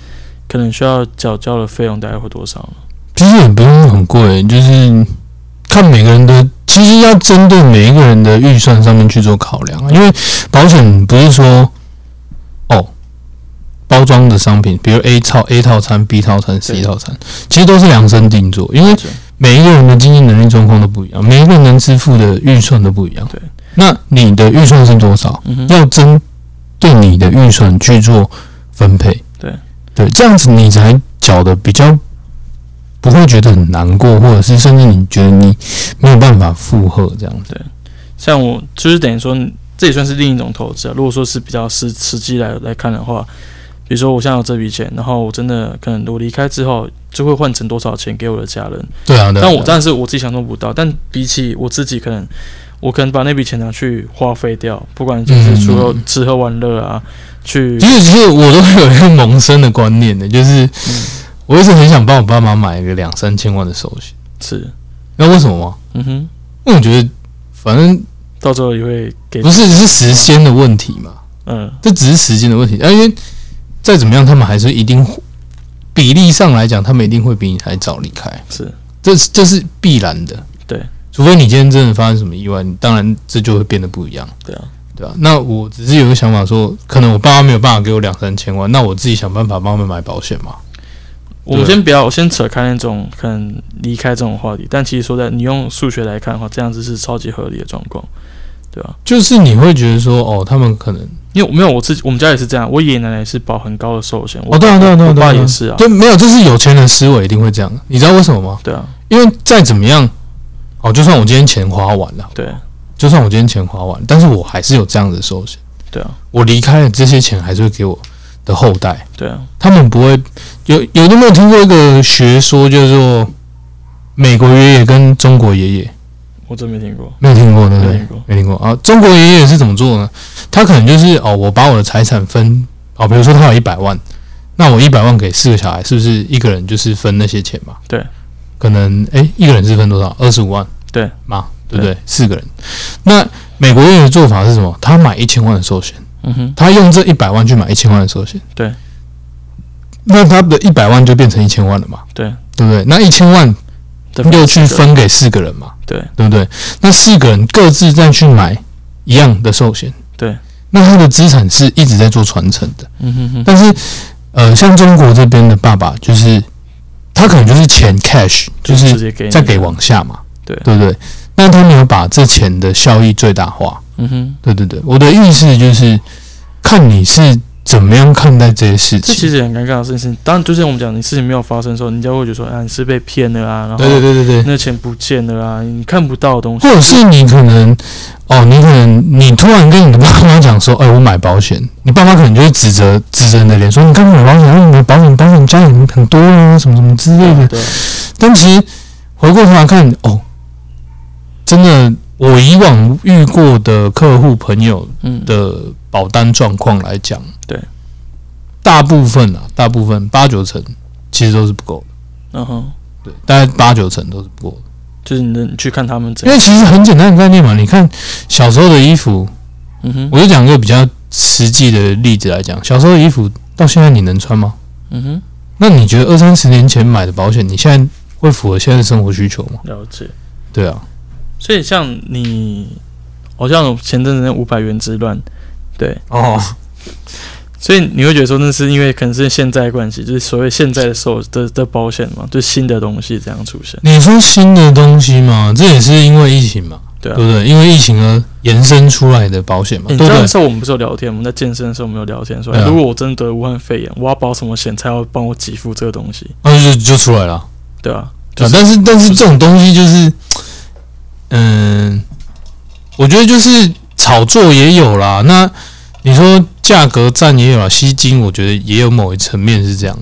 可能需要缴交的费用大概会多少吗？其实也不用很贵，就是看每个人的，其实要针对每一个人的预算上面去做考量啊。因为保险不是说哦，包装的商品，比如 A 套 A 套餐、B 套餐、C 对套餐，其实都是量身定做，因为每一个人的经济能力状况都不一样，每一个人能支付的预算都不一样。对，那你的预算是多少？嗯哼，要针对你的预算去做分配。对对，这样子你才缴的比较不会觉得很难过，或者是甚至你觉得你没有办法负荷这样子。像我就是等于说，这也算是另一种投资啊。如果说是比较实实际来来看的话，比如说我现在有这笔钱，然后我真的可能我离开之后就会换成多少钱给我的家人，对啊，对啊。但我对啊但是我自己想象不到。但比起我自己可能。我可能把那笔钱拿去花费掉，不管就是除了嗯吃喝玩乐啊，去其实其实我都有一个萌生的观念的，就是我一直很想帮我爸妈买一个两三千万的寿险。吃，那为什么吗？嗯哼，因为我觉得反正到最后也会给不，是是时间的问题嘛，嗯，这只是时间的问题。啊，因为再怎么样，他们还是一定会比例上来讲，他们一定会比你还早离开。是，这是这是必然的。对，除非你今天真的发生什么意外，你当然这就会变得不一样，对啊，对吧、那我只是有个想法说，可能我爸妈没有办法给我两三千万，那我自己想办法帮他们买保险嘛。我们先不要，我先扯开那种可能离开这种话题，但其实说在你用数学来看的话，这样子是超级合理的状况，对吧、就是你会觉得说，哦，他们可能因为我没有我自己，我们家也是这样，我爷爷奶奶也是保很高的寿险，我哦，对啊，对啊，对啊，我对啊爸对啊也是啊，对，没有，这是有钱人思维一定会这样，你知道为什么吗？对啊，因为再怎么样，哦，就算我今天钱花完了，对，就算我今天钱花完，但是我还是有这样的寿险，对啊，我离开了，这些钱还是会给我的后代。对啊，他们不会有有没有听过一个学说，叫做美国爷爷跟中国爷爷？我真没听过，没有听过，对不没对听？过，没听过啊。中国爷爷是怎么做呢？他可能就是哦，我把我的财产分哦，比如说他有一百万，那我一百万给四个小孩，是不是一个人就是分那些钱嘛？对，可能诶、一个人是分多少？二十五万，对嘛，对不对？四个人。那美国爷爷的做法是什么？他买一千万的寿险。嗯哼，他用这一百万去买一千万的寿险，对，那他的一百万就变成一千万了嘛，对，对不对？那一千万再又去四个，分给四个人嘛，对，对不对？那四个人各自再去买一样的寿险，对，那他的资产是一直在做传承的，嗯哼哼，但是呃，像中国这边的爸爸就是他可能就是钱 cash，就是直接给你，再给，往下嘛，对对不对？那他没有把这钱的效益最大化，嗯哼，对对对，我的意思就是看你是怎么样看待这些事这情。其实很尴尬的事情。当然，就像我们讲，你事情没有发生的时候，人家会觉得说，啊，你是被骗了啊，然后对对对对对，那钱不见了啊，你看不到的东西或，者是你可能哦，你可能你突然跟你的爸妈讲说，哎，我买保险， 你爸妈可能就会指责指责你的脸说，你干嘛买保险？啊你买保险保险家里很多啊，什么什么之类的。对啊，但其实回过头来看，哦，真的，我以往遇过的客户朋友嗯，的保单状况来讲，对，大部分啊，大部分八九成其实都是不够的，然后对，大概八九成都是不够的。嗯就是你能去看他们怎因样为，其实很简单的概念嘛，你看小时候的衣服，嗯哼，我就讲一个比较实际的例子来讲，小时候的衣服到现在你能穿吗？嗯哼，那你觉得二三十年前买的保险，你现在会符合现在的生活需求吗？了解。对啊，所以像你，好像前阵子那五百元之乱，对，哦，所以你会觉得说那是因为可能是现在的关系，就是所谓现在的寿的的保险嘛，就是新的东西这样出现，你说新的东西嘛，这也是因为疫情嘛，对啊对。不对？因为疫情而延伸出来的保险嘛，诶对你不知道对那？时候我们不是有聊天，我们在健身的时候我们有聊天说，对啊诶如果我真的得武汉肺炎，我要保什么险才要帮我给付这个东西，那就就出来了啊。对吧、对啊，但是但是这种东西就是，嗯，我觉得就是炒作也有啦。那你说价格战也有啦，吸金我觉得也有某一层面是这样。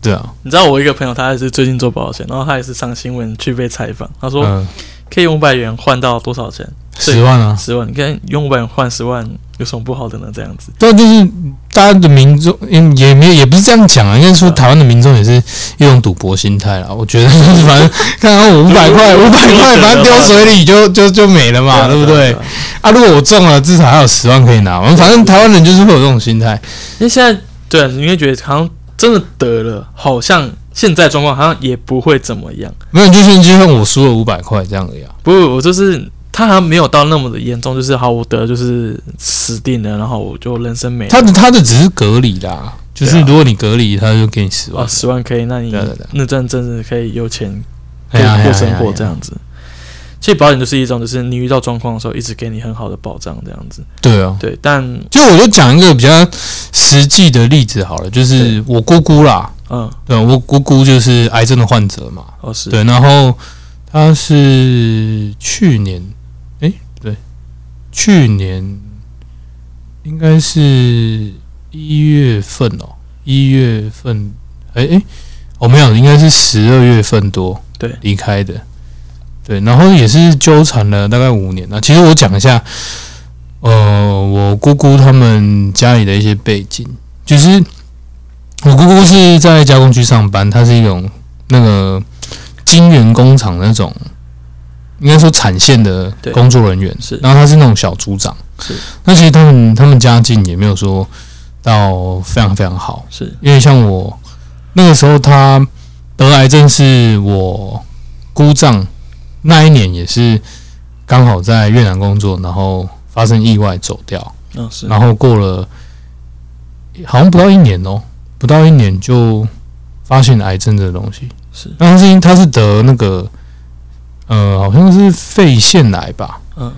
对啊，你知道我一个朋友，他也是最近做保险，然后他也是上新闻去被采访，他说嗯，可以用五百元换到多少钱？对十万啊，十万，你看用五百元换十万有什么不好的呢？这样子，但就是大家的民众嗯也没有也不是这样讲啊，应该说台湾的民众也是一种赌博心态啦。我觉得 就是反正看到我五百块，五百块反正丢水里就就就没了嘛，对不对？啊？啊，如果我中了，至少还有十万可以拿嘛。反正台湾人就是会有这种心态。因为现在对啊，你会觉得好像真的得了，好像现在状况好像也不会怎么样。没有，就是就像我输了五百块这样而已啊。不，我就是他好像没有到那么的严重，就是好，我得了就是死定了，然后我就人生没了。他的他的只是隔离啦，就是对啊如果你隔离，他就给你十啊，万。十万可以，那你对对对那阵真的可以有钱哎过呀过生活这。哎呀哎呀样子。其实保险就是一种，就是你遇到状况的时候，一直给你很好的保障这样子。对啊，对，但就我就讲一个比较实际的例子好了，就是我姑姑啦，嗯，对，啊我姑姑就是癌症的患者嘛，哦是，对，然后她是去年，诶，不对，去年应该是一月份哦，一月份，诶诶，哦没有，应该是十二月份多对离开的，对，然后也是纠缠了大概五年那其实我讲一下，呃，我姑姑他们家里的一些背景，就是我姑姑是在加工区上班，她是一种那个晶圆工厂那种，应该说产线的对工作人员，是然后她是那种小组长，是，那其实他们他们家境也没有说到非常非常好，是因为像我那个时候，他得癌症是我姑丈那一年也是刚好在越南工作，然后发生意外走掉，嗯是，然后过了好像不到一年哦、不到一年就发现癌症这个东西。是那他是因为他是得那个呃，好像是肺腺癌吧，嗯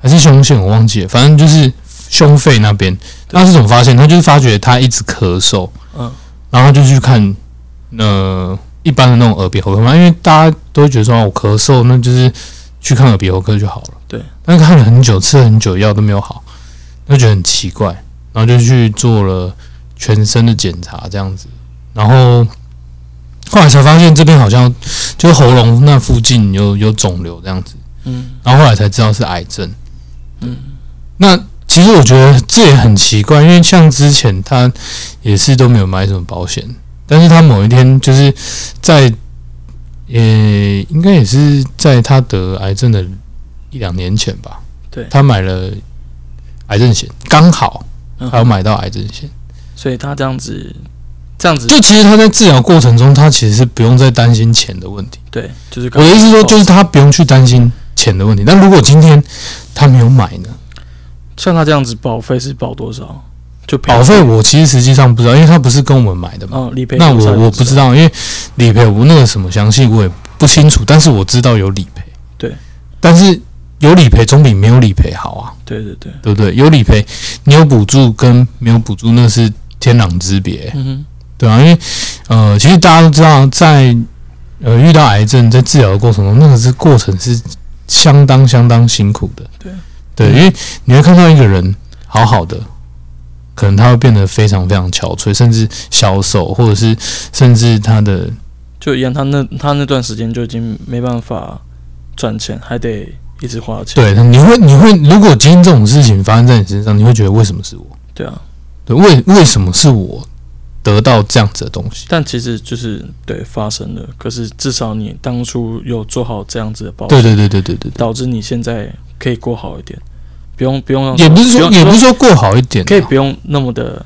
还是胸腺，我忘记了，反正就是胸肺那边。对他是怎么发现？他就是发觉他一直咳嗽。嗯然后就去看呃一般的那种耳鼻喉科嘛，因为大家都会觉得说、啊、我咳嗽，那就是去看耳鼻喉科就好了。对，但是看了很久，吃了很久药都没有好，那觉得很奇怪，然后就去做了全身的检查这样子，然后后来才发现这边好像就是喉咙那附近有有肿瘤这样子，嗯然后后来才知道是癌症。嗯那其实我觉得这也很奇怪，因为像之前他也是都没有买什么保险，但是他某一天就是在，呃，应该也是在他得癌症的一两年前吧，对他买了癌症险，刚好嗯他有买到癌症险，所以他这样子这样子就其实他在治疗过程中，他其实是不用再担心钱的问题。对，就是我的意思说，就是他不用去担心钱的问题。但如果今天他没有买呢？像他这样子保费是保多少？就赔保费我其实实际上不知道，因为他不是跟我们买的嘛。哦理赔那多少我我就不知道，因为理赔我那个什么详细我也不清楚，但是我知道有理赔。对，但是有理赔总比没有理赔好啊，对对对，对不对？有理赔，你有补助跟没有补助那是天壤之别、嗯对啊，因为呃，其实大家都知道，在呃遇到癌症在治疗的过程中，那个是过程是相当相当辛苦的。对对，因为你会看到一个人好好的，可能他会变得非常非常憔悴，甚至消瘦，或者是甚至他的哼，就一样，他那他那段时间就已经没办法赚钱，还得一直花钱，对，你会你会，如果今天这种事情发生在你身上，你会觉得为什么是我？对啊，对，为为什么是我得到这样子的东西？但其实就是对发生了，可是至少你当初有做好这样子的保险，对对对对对对，导致你现在可以过好一点，不用不用让也不是说用也不是说过好一点啊、可以不用那么的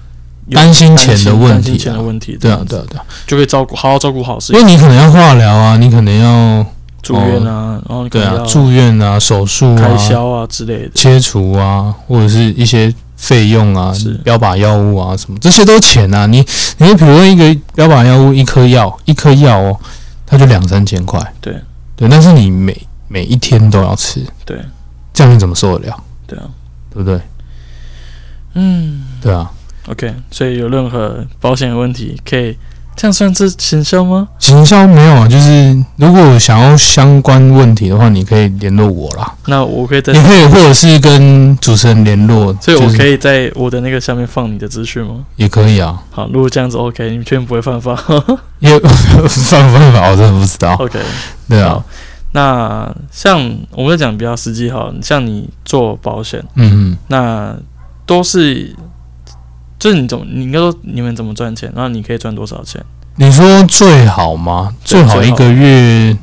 有担心钱的问题啊担心钱的问题，对啊对啊对啊。就可以照顾好好照顾好自因己为你可能要化疗啊，你可能要住院啊，然后你可对能啊要住院啊、手术开啊、销啊之类的，切除啊，或者是一些费用啊是、标靶药物啊什么，这些都钱啊。你你比如说一个标靶药物，一颗药一颗药哦，它就两三千块，对对，但是你每每一天都要吃，对这样你怎么受得了？对啊，对不对？嗯对啊， ，OK，所以有任何保险的问题，可以这样算是行销吗？行销没有啊，就是如果想要相关问题的话，你可以联络我啦，那我可以在你，可以或者是跟主持人联络，所以就我是可以在我的那个下面放你的资讯吗？也可以啊，好，如果这样子 OK，你们确定不会犯法 也 犯不犯法，我真的不知道。 ？OK，对好啊，那像我们在讲比较实际哈，像你做保险。嗯嗯，那都是，就是你怎么，你应该说你们怎么赚钱，然后你可以赚多少钱？你说最好吗？对最好最一好个月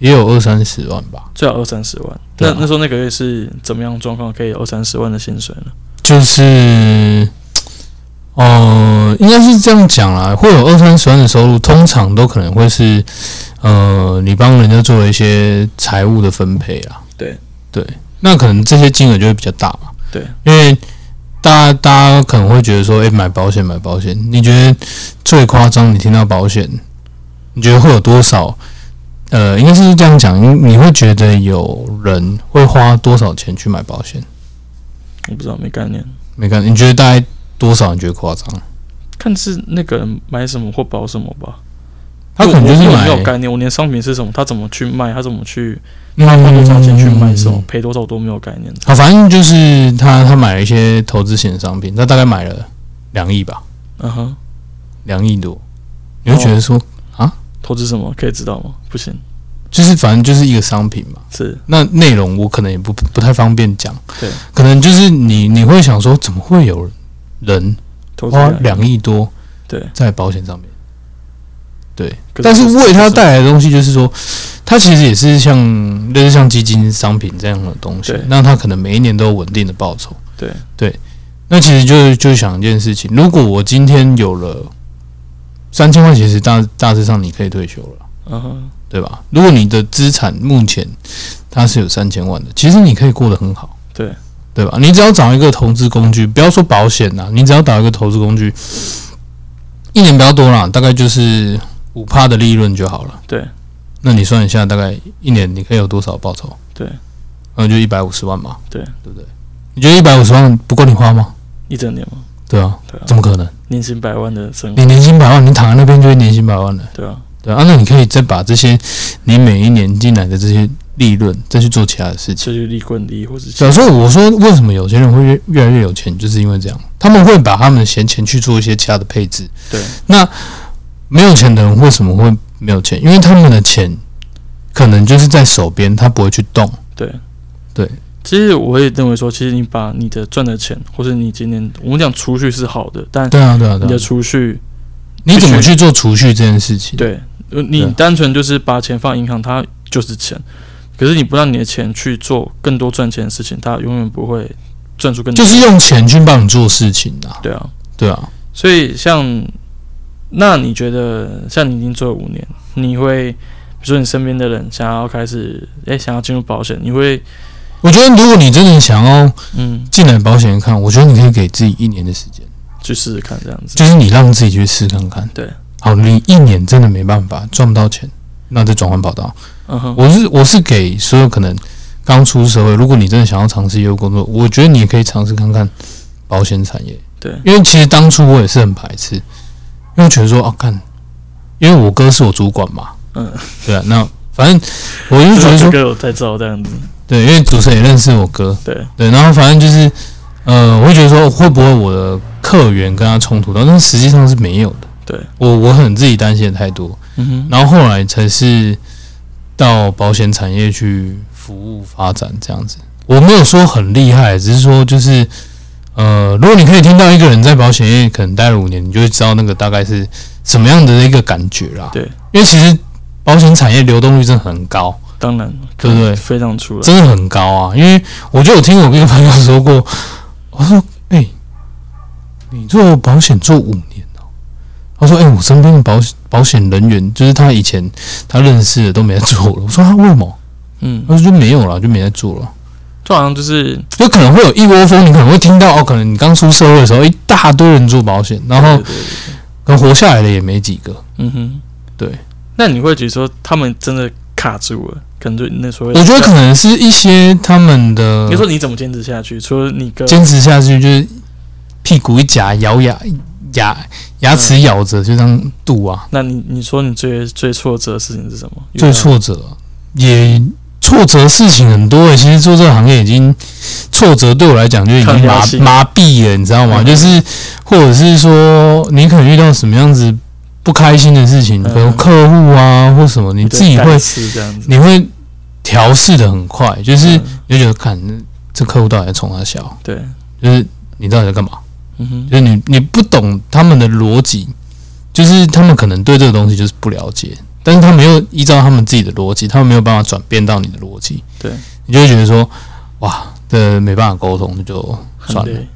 也有二三十万吧，最好二三十万。对啊那那时候那个月是怎么样状况可以有二三十万的薪水呢？就是，呃，应应该是这样讲啦，会有二三十万的收入，通常都可能会是，呃，你帮人家做一些财务的分配啦。对对，那可能这些金额就会比较大嘛。对，因为大家大家可能会觉得说，诶、哎买保险买保险，你觉得最夸张？你听到保险，你觉得会有多少？呃，应该是这样讲，你你会觉得有人会花多少钱去买保险？我不知道，没概念。没看，你觉得大概多少？你觉得夸张？看是那个人买什么或保什么吧。他可能就是因为我买没有概念，我连商品是什么，他怎么去卖，他怎么去，那他花多少钱去卖什么嗯，赔多少都没有概念。啊，反正就是他他买了一些投资型的商品，他大概买了两亿吧，嗯哼，两亿多。你会觉得说，投资什么可以知道吗？不行，就是反正就是一个商品嘛。是那内容我可能也不不太方便讲，对，可能就是你你会想说，怎么会有人投资啊花两哦两亿多对，在保险上面？可但是投资为他什么带来的东西，就是说，它其实也是像类似像基金、商品这样的东西对，那它可能每一年都有稳定的报酬。对对，那其实就就想一件事情，如果我今天有了三千万，其实大大致上你可以退休了，嗯哼，对吧？如果你的资产目前它是有三千万的，其实你可以过得很好，对对吧？你只要找一个投资工具，不要说保险啦，你只要找一个投资工具，一年不要多啦，大概就是五趴的利润就好了。对，那你算一下，大概一年你可以有多少报酬？对，那就一百五十万嘛，对对不对？你觉得一百五十万不够你花吗？一整年嘛，对啊，对怎啊，么可能？年薪百万的生活你，年薪百万，你躺在那边就会年薪百万了，对啊，对啊，那你可以再把这些你每一年进来的这些利润，再去做其他的事情。这就利滚利或者小是时候我说为什么有钱人会越越来越有钱，就是因为这样，他们会把他们的闲钱去做一些其他的配置。对，那没有钱的人为什么会没有钱？因为他们的钱可能就是在手边，他不会去动。其实我也认为说，其实你把你的赚的钱，或是你今年我们讲储蓄是好的，但对啊，对啊，你对的啊。储蓄你怎么去做储蓄这件事情？对，呃对啊你单纯就是把钱放银行，它就是钱。可是你不让你的钱去做更多赚钱的事情，它永远不会赚出更多。就是用钱去帮你做事情啊。对啊，对啊，所以像，那你觉得像你已经做了五年，你会比如说你身边的人想要开始，哎、想要进入保险，你会我觉得如果你真的想要嗯进来保险看，我觉得你可以给自己一年的时间，去试试看这样子就？是你让自己去试看看。对，好，你一年真的没办法赚不到钱，那再转换跑道。嗯哼，我是我是给所有可能刚出社会，如果你真的想要尝试业务工作，我觉得你也可以尝试看看保险产业，对因为其实当初我也是很排斥，因为我觉得说啊，看，因为我哥是我主管嘛，嗯，对啊，那反正我就觉得 这首说，歌我才知道这样子，对，因为主持人也认识我哥，对对，然后反正就是，呃，我会觉得说会不会我的客源跟他冲突到，但实际上是没有的。对，我我很自己担心的太多，嗯哼，然后后来才是到保险产业去服务发展这样子。我没有说很厉害，只是说就是，呃，如果你可以听到一个人在保险业可能待了五年，你就会知道那个大概是什么样的一个感觉啦。对，因为其实保险产业流动率真的很高，当然，对不对？非常出来，真的很高啊！因为我就有听我一个朋友说过， 我说：“哎、你做保险做五年哦、他说：“哎、我身边的保险保险人员，就是他以前他认识的都没在做了。”我说：“他啊为什么嗯？”，他说：“就没有了，就没在做了。就好像就是”就可能会有一窝蜂，你可能会听到哦，可能你刚出社会的时候，一大堆人做保险，然后对对对对可能活下来的也没几个。嗯哼，对。那你会觉得说他们真的卡住了，可能就那时候会，我觉得可能是一些他们的你说你怎么坚持下去？除了你跟坚持下去，就是屁股一夹，咬牙牙牙齿咬着，就这样度啊。那你你说你最最挫折的事情是什么？最挫折也挫折事情很多、欸，其实做这个行业已经挫折对我来讲就已经抗麻压性麻痹了，你知道吗？嗯就是或者是说你可能遇到什么样子不开心的事情，嗯可能客户啊或什么，你你自己会是这样子，你会调试的很快，就是嗯你就觉得看这客户到底在冲他笑，对，就是你到底在干嘛？嗯哼，就是你你不懂他们的逻辑，就是他们可能对这个东西就是不了解，但是他没有依照他们自己的逻辑，他们没有办法转变到你的逻辑，对，你就会觉得说，哇，这没办法沟通，那就算很了，累，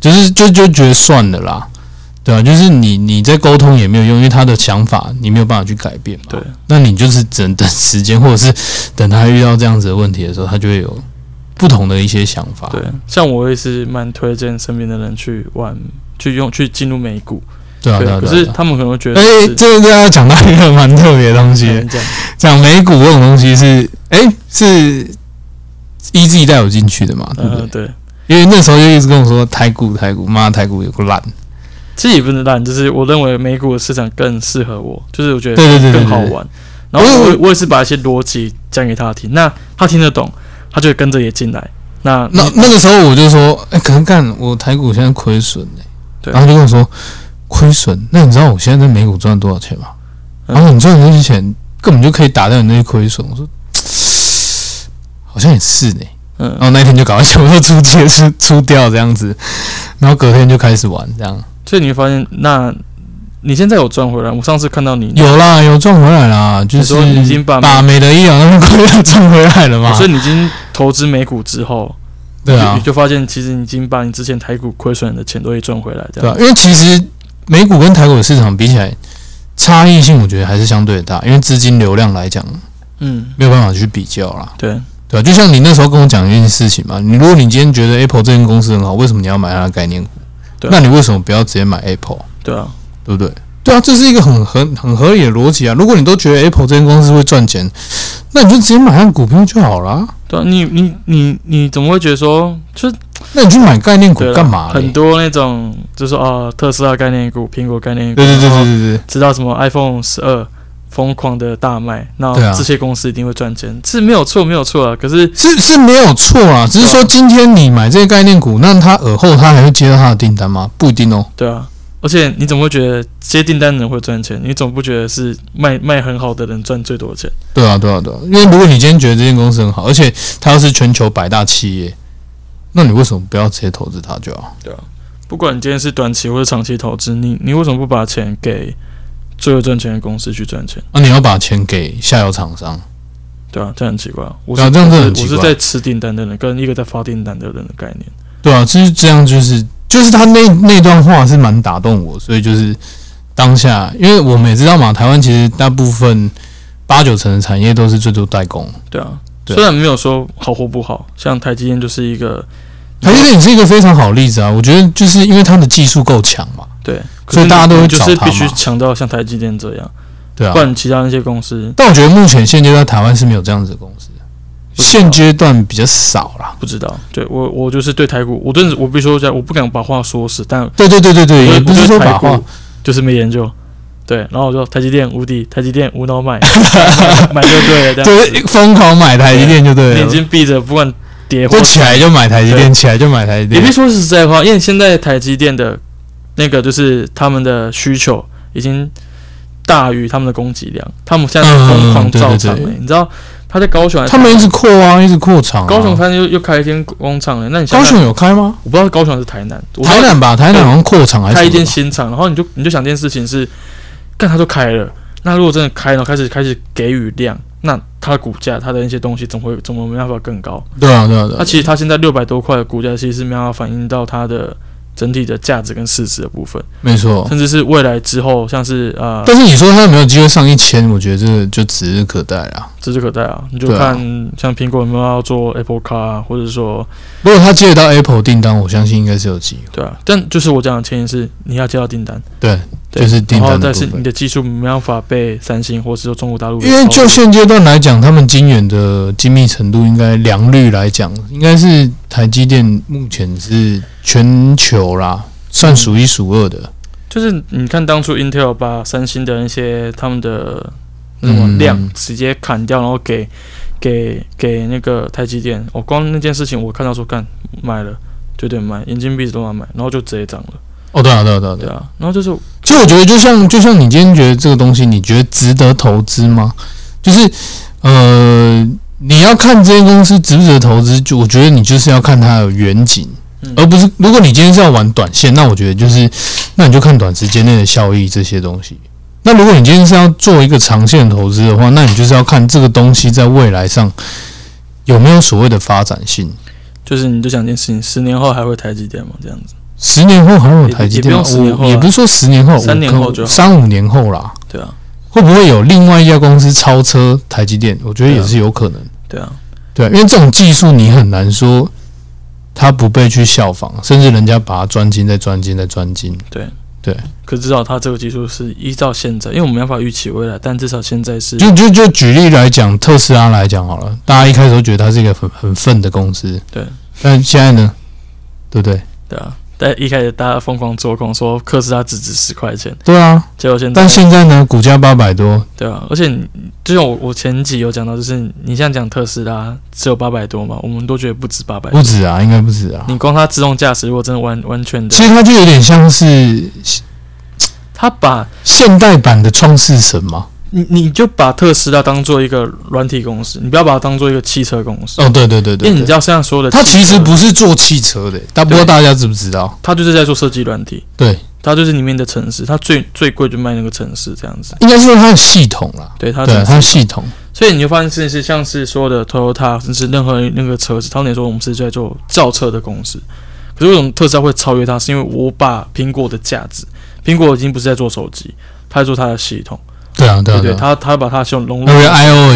就是就就觉得算了啦，对啊，就是你你在沟通也没有用，因为他的想法你没有办法去改变嘛。对，那你就是只能等时间，或者是等他遇到这样子的问题的时候，他就会有不同的一些想法。对，像我也是蛮推荐身边的人去玩，去用去进入美股，对啊，对啊，可对啊是对啊他们可能会觉得哎、是，这这要讲到一个蛮特别的东西，嗯这样讲美股这种东西是，哎、是 EZ 带我进去的嘛，对不对？呃，对，因为那时候就一直跟我说台股，台股，妈，台股有个烂，其实也不能烂，就是我认为美股的市场更适合我，就是我觉得对对对对更好对玩。然后我我我也是把一些逻辑讲给他听，那他听得懂，他就会跟着也进来。那那那个时候我就说，哎、可能干我台股现在亏损哎，对然后就跟我说亏损，那你知道我现在在美股赚多少钱吗？嗯然后你赚的那些钱根本就可以打掉你那些亏损，我说好像也是呢、嗯然，后那天就搞快全部都出街出出掉这样子，然后隔天就开始玩这样，所以你会发现，那你现在有赚回来？我上次看到你，有啦有赚回来啦，就你是说你已经把，哦把美的医疗那边 亏掉赚回来了嘛所，以你已经投资美股之后，对啊，你你就发现其实你已经把你之前台股亏损的钱都会赚回来，这对样啊，因为其实美股跟台股的市场比起来，差异性我觉得还是相对大，因为资金流量来讲嗯，没有办法去比较啦，对，对啊，就像你那时候跟我讲一件事情嘛，你如果你今天觉得 Apple 这间公司很好，为什么你要买它的概念股？对啊那你为什么不要直接买 Apple？对啊，对不对？对啊，这是一个很很很合理的逻辑啊。如果你都觉得 Apple 这间公司会赚钱，那你就直接买它的股票就好啦。对啊，你你你你怎么会觉得说，就是那你去买概念股对啦干嘛嘞？很多那种就是啊，特斯拉概念股、苹果概念股，对对对然后对对对，直到什么 iPhone 十二疯狂的大卖，那对啊这些公司一定会赚钱，是没有错，没有错啊。可是是是没有错啊。只是说今天你买这些概念股，那他尔后他还会接到他的订单吗？不一定哦。对啊，而且你怎么会觉得接订单的人会赚钱？你总不觉得是卖卖很好的人赚最多钱？对啊对啊对啊，因为如果你今天觉得这间公司很好，而且它又是全球百大企业，那你为什么不要直接投资它就好？不管你今天是短期或者长期投资，你你为什么不把钱给最会赚钱的公司去赚钱？啊那、你要把钱给下游厂商。对啊，这很奇怪啊。我是、对啊这样真的很奇我怪是在吃订单的人跟一个在发订单的人的概念。对啊，就是这样，就是就是他那那段话是蛮打动我，所以就是当下，因为我们也知道嘛，台湾其实大部分八九成的产业都是最多代工。对啊，对啊虽然没有说好或不好，像台积电就是一个，台积电也是一个非常好的例子啊，我觉得就是因为它的技术够强嘛，对，所以大家都会可是找你他就是必嘛须强到像台积电这样，对啊不。然其他那些公司但我觉得目前现阶段台湾是没有这样子的公司，不知道现阶段比较少啦。不知道。对我，我就是对台股，我真的我必须说一下，我不敢把话说死，但对对对对对，我也不是对说台把股话，就是没研究。对，然后我说台积电无敌，台积电无脑买， 买买就对了，这样 就是疯狂买台积电就对眼了，睛闭着，不管跌或就起来就买台积电，对起来就买台积也电别。说是实在话，因为现在台积电的那个就是他们的需求已经大于他们的供给量，他们现在疯狂造厂、嗯对欸你知道他在高雄还是，他们一直扩啊，一直扩厂啊。高雄他又又开一间工厂了、那你想高想雄有开吗？我不知道高雄还是台南，我不知道台南啊吧，台南好像扩厂还是开一什间么吧新厂，然后你就你就想这件事情是，干他都开了，那如果真的开，然后开始开始给予量，那它的股价它的那些东西怎么会怎么没办法更高？对啊，对啊，对那啊，其实它现在六百多块的股价，其实是没办法反映到它的整体的价值跟市值的部分，没错。甚至是未来之后，像是呃但是你说他有没有机会上一千？我觉得这个就指日可待啊。指日可待啊。你就对啊看像苹果有没有要做 Apple Car，、啊、或者说如果他接得到 Apple 订单，我相信应该是有机会。对啊，但就是我讲的前提是你要接到订单，对，对就是订然后单的但部是分你的技术没办法被三星或是说中国大陆给因为超就越现阶段来讲，他们晶圆的精密程度，应该良率来讲，应该是台积电目前是全球啦，算数一数二的。就是你看当初 Intel 把三星的那些他们的什嗯么量直接砍掉，然后给给给那个台积电，我、光那件事情我看到说干买了，绝对买，眼睛闭着都要买，然后就直接涨了，哦，对啊，对啊，对啊，对对啊。啊，然后就是其实我觉得，就像就像你今天觉得这个东西，你觉得值得投资吗？就是呃，你要看这间公司值不值得投资，就我觉得你就是要看它的远景，嗯而不是如果你今天是要玩短线，那我觉得就是那你就看短时间内的效益这些东西。那如果你今天是要做一个长线投资的话，那你就是要看这个东西在未来上有没有所谓的发展性。就是你就想一件事情，十年后还会台积电吗？这样子，十年后还有台积电吗？也也不用十年后我啊也不是说十年后，三年后我可就好三五年后啦，对啊，会不会有另外一家公司超车台积电？我觉得对啊也是有可能。对啊，对，因为这种技术你很难说它不被去效仿，甚至人家把它专精、再专精、再专精。可至少它这个技术是依照现在，因为我们没办法预期未来，但至少现在是就就就举例来讲，特斯拉来讲好了，大家一开始都觉得它是一个很很笨的公司，对，但现在呢，对不对？对啊。但一开始大家疯狂做空，说特斯拉只值十块钱，对啊，结果现在但现在呢，股价八百多，对啊，而且你就像我我前集有讲到，就是你像讲特斯拉只有八百多嘛，我们都觉得不止八百不。止啊，应该不止啊。你光它自动驾驶，如果真的完完全的其，实它就有点像是它把现代版的创世神嘛。你你就把特斯拉当做一个软体公司，你不要把它当做一个汽车公司，哦，对对对对因为你知对，道现在所有的它汽其车实不是做汽车的，但不过对大家知不知道？它就是在做设计软体，对，它就是里面的城市，它最最贵就卖那个城市这样子，应该是说它的系统啦，对它对，城它的市，系统。所以你就发现，甚至像是说的 Toyota，甚至任何那个车子，他们也说我们是在做造车的公司，可是为什么特斯拉会超越它？是因为我把苹果的价值，苹果已经不是在做手机，它在做它的系统，对啊，对对啊，不对对啊。它它把它的系统融入那，个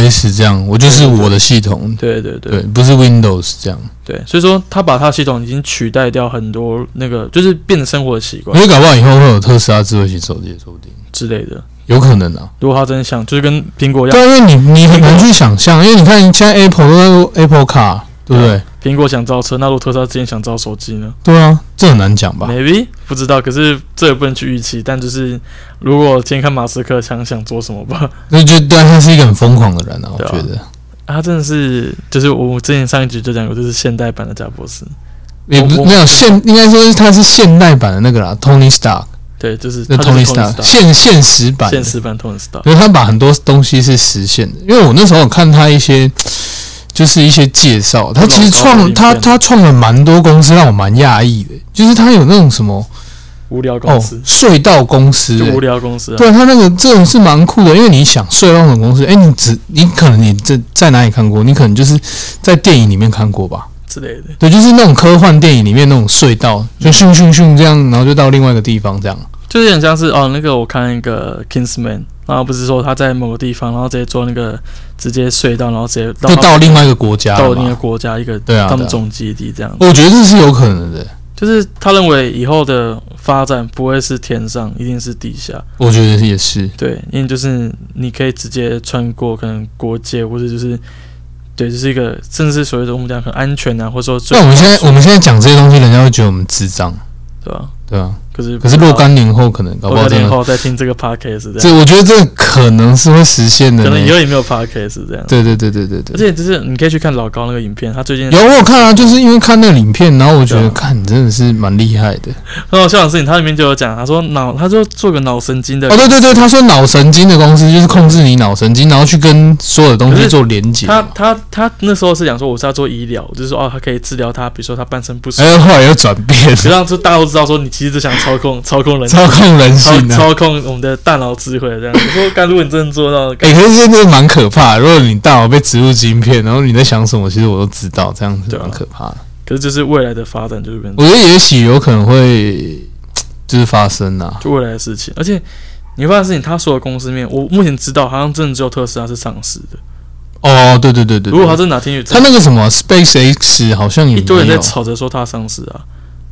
iOS 这样，我就是我的系统，对对对对，不是 Windows 这样。对，所以说它把它的系统已经取代掉很多那个，就是变成生活的习我惯觉得搞不好以后会有特斯拉智慧型手机，说不定之类的。有可能啊。如果他真的想，就是跟苹果一样，对啊，因为你你很难去想象，因为你看现在 Apple 都在做 Apple Car，对不对？苹果想造车，那如果特斯拉之前想造手机呢对啊，这很难讲吧？ ？Maybe 不知道，可是这也不能去预期。但就是如果今天看马斯克想想做什么吧， 那就对他是一个很疯狂的人啊，我对啊觉得他真的是就是我之前上一集就讲过，就是现代版的贾博士，也不是我没有现，应该说他是现代版的那个啦，Tony Stark，对，就是那他就是 Tony Stark， Stark 现现实版的现实版 Tony Stark，因为他把很多东西是实现的。因为我那时候有看他一些，就是一些介绍，他其实广告创影片他他创了蛮多公司，让我蛮讶异的。就是他有那种什么无聊哦公司，隧道公司、就欸无聊公司啊，对他那个这种是蛮酷的，因为你想隧道的公司，哎、你只你可能你这在哪里看过？你可能就是在电影里面看过吧？之类的，对，就是那种科幻电影里面那种隧嗯道，就咻咻咻这样，然后就到另外一个地方这样。就是很像是哦，那个我看一个 Kingsman，然后不是说他在某个地方，然后直接坐那个直接隧道，然后直接就到另外一个国家到了另一个嘛。国家一个对啊他们对啊总基地这样。我觉得这是有可能的，就是他认为以后的发展不会是天上，一定是地下。我觉得也是。对，因为就是你可以直接穿过可能国界，或者就是对，就是一个甚至所谓的我们讲很安全啊，或者说最那我们现在我们现在讲这些东西，人家会觉得我们智障，对吧？对啊。可是可是若干年后，可能搞不好若干真年的，后再听这个 podcast 这样，这我觉得这可能是会实现的可能以呢。后也没有 podcast 这样。对对对对对而对，且就是你可以去看老高那个影片，他最近有我有看啊，就是因为看那个影片，然后我觉对得啊看你真的是蛮厉害的。很好笑的事情，他里面就有讲，他说脑，他说做个脑神经的哦，对对对，他说脑神经的公司就是控制你脑神经，然后去跟所有的东可西是做连接他嘛。他他那时候是讲说我是要做医疗，就是说哦，他可以治疗他，比如说他半身不哎遂，，后来又转 变，实际上就大家都知道说你其实只想操控操控人，操控人操性啊。操控我们的大脑啊智慧这样。我说，干，如果你真的做到，干 哎，可是真的蛮可怕的。如果你大脑被植入晶片，然后你在想什么，其实我都知道，这样子对啊蛮可怕的。可是就是未来的发展就是变成我觉得也许有可能会就是发生啊。就未来的事情，而且。你会发现事情，他所有公司里面，我目前知道好像真的只有特斯拉是上市的。哦，对对对对，对如果他真的哪天有他那个什么啊 SpaceX 好像也一堆人没在有吵着说它上市啊。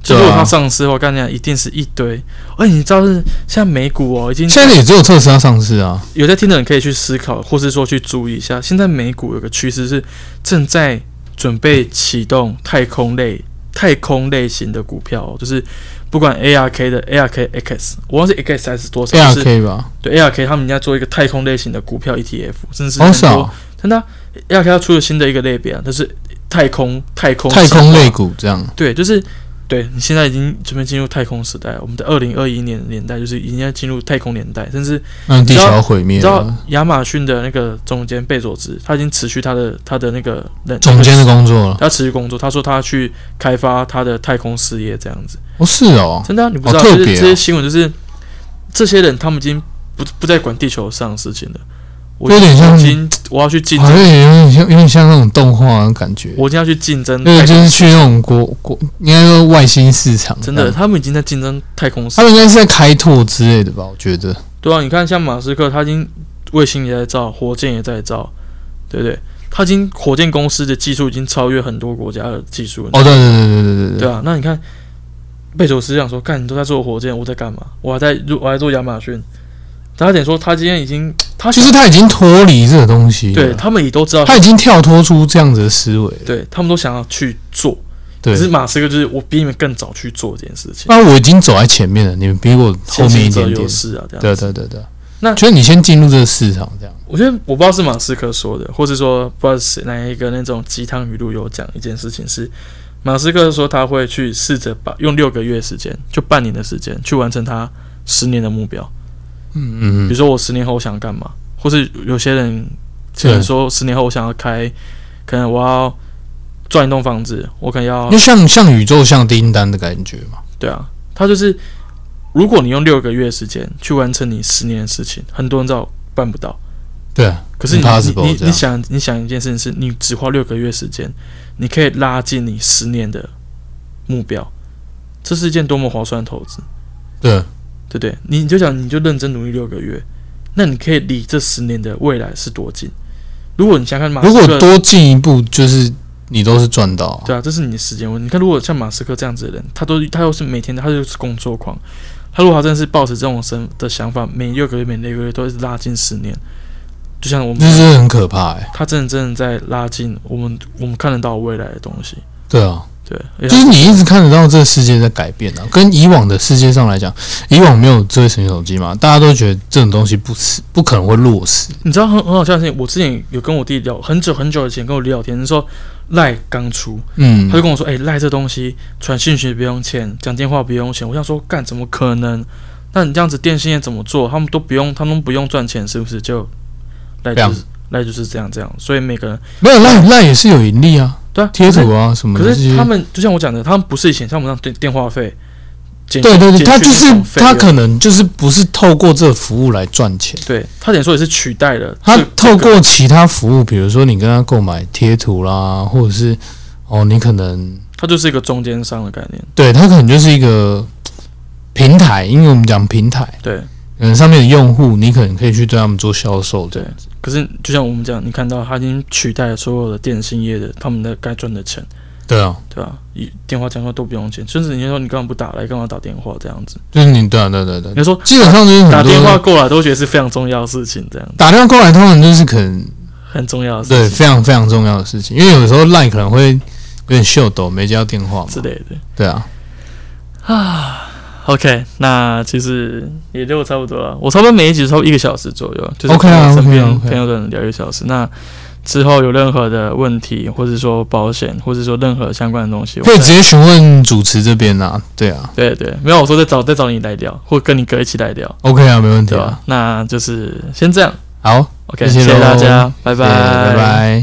就对如啊果它上市的话，干讲一定是一堆。而且你知道是现在美股哦，已经现在也只有特斯拉上市啊。有在听的人可以去思考，或是说去注意一下。现在美股有个趋势是正在准备启动太空类太空类型的股票、哦，就是不管 ARK 的 ARKX，我忘记 X 还是多少，就是 ARK 吧，对 ARK 他们家做一个太空类型的股票 ETF，甚至好很少多真的啊 ARK 要出了新的一个类别啊，就是太空太空太空计划类股这样。对，就是对你现在已经准备进入太空时代了，我们的二零二一年的年代就是已经要进入太空年代，甚至让地你知球道要毁你灭知道了，亚马逊的那个总监贝佐斯，他已经辞去他的他的那个人总监的，工作了。他辞去工作，他说他要去开发他的太空事业这样子，哦，是哦，真的啊、你不知道，好特就是别哦这些新闻就是这些人他们已经不不再管地球上的事情了。我有点像已经我要去竞好像争，有点像有点像那种动画的感觉。我一定要去竞争太那个嗯就空，是去那种国国，应该说外星市场。真的，，他们已经在竞争太空他市。们应该是在开拓之类的吧？我觉得。对啊，你看像马斯克，他已经卫星也在造，火箭也在造，对不对？他已经火箭公司的技术已经超越很多国家的技术了。哦，对对对对对对对啊，那你看，贝佐斯想说，干你都在做火箭，我在干嘛？我还在做，我还做亚马逊。他有点说，他今天已经，他就是他已经脱离这个东西了，对他们也都知道，他已经跳脱出这样子的思维了。对他们都想要去做。对可，是马斯克就是我比你们更早去做这件事情，那我已经走在前面了，你们比我后面一先行者点点优。势啊，这样。对对对对，那就是你先进入这个市场，这样。我觉得我不知道是马斯克说的，或是说不知道是哪一个那种鸡汤语录有讲一件事情是，马斯克说他会去试着把用六个月时间，就半年的时间去完成他十年的目标。嗯嗯比如嗯，说我十年后想干嘛，或是有些人可能说十年后我想要开，可能我要赚一栋房子，我可能要就像像宇宙像订单的感觉嘛。对啊，他就是如果你用六个月时间去完成你十年的事情，很多人知道办不到，对啊，可是你 Impossible 你你这你样想你想一件事情是，你只花六个月时间，你可以拉近你十年的目标，这是一件多么划算的投资。对，对不对？你就想，你就认真努力六个月，那你可以离这十年的未来是多近？如果你想看马斯如克，果多进一步，就是你都是赚到啊。对啊，这是你的时间问题。你看，如果像马斯克这样子的人，他都他又是每天他就是工作狂，他如果他真的是抱持这种生的想法，每六个月每六个月都是拉近十年，就像我这们，是很可怕哎、他真的真的在拉近我们我们看得到未来的东西。对啊，对，而且就是你一直看得到这个世界在改变啊。跟以往的世界上来讲，以往没有智慧型手机嘛，大家都觉得这种东西不死，不可能会落实。你知道很很好笑的事情，我之前有跟我弟聊，很久很久以前跟我聊天的时候，赖刚出，嗯他，就跟我说：“哎、赖这东西传讯息不用钱，讲电话不用钱。”我想说，干怎么可能？那你这样子电信业怎么做？他们都不用，他们不用赚钱，是不是？就赖这就样是赖就是这样这样，所以每个人没有赖赖也是有盈利啊，对啊，贴图啊什么的可这是。可是些他。们就像我讲的，他们不是以前像我们这样电电话费，简对对对，简他讯就是这种费他用可能就是不是透过这个服务来赚钱，对他等于说也是取代了他这透这个过其他服务，比如说你跟他购买贴图啦，或者是哦，你可能他就是一个中间商的概念，对他可能就是一个平台，因为我们讲平台，对。可能上面的用户，你可能可以去对他们做销售这样子。可是就像我们讲，你看到他已经取代了所有的电信业的他们的该赚的钱。对啊，对啊，一电话讲话都不用钱，甚至你说你干嘛不打来，干嘛打电话这样子？就是你对啊，对对对，你说基本上就是很多打电话过来都觉得是非常重要的事情，这样打电话过来，通常就是可能很重要的对事情非常非常重要的事情，因为有时候 line 可能会有点秀抖，没接到电话嘛。之类的。对啊， OK，那其实也就差不多啊了。我差不多每一集差不多一个小时左右，就是 OK 啊跟身边 OK，OK 朋友的人聊一个小时。那之后有任何的问题，或者说保险，或者说任何相关的东西，我可以再直接询问主持这边啊。对啊对对，没有我说再找再找你来聊，或跟你哥一起来聊， ，OK 啊，没问题对吧、啊。那就是先这样。好， OK，谢谢谢谢大喽家，拜谢谢拜拜。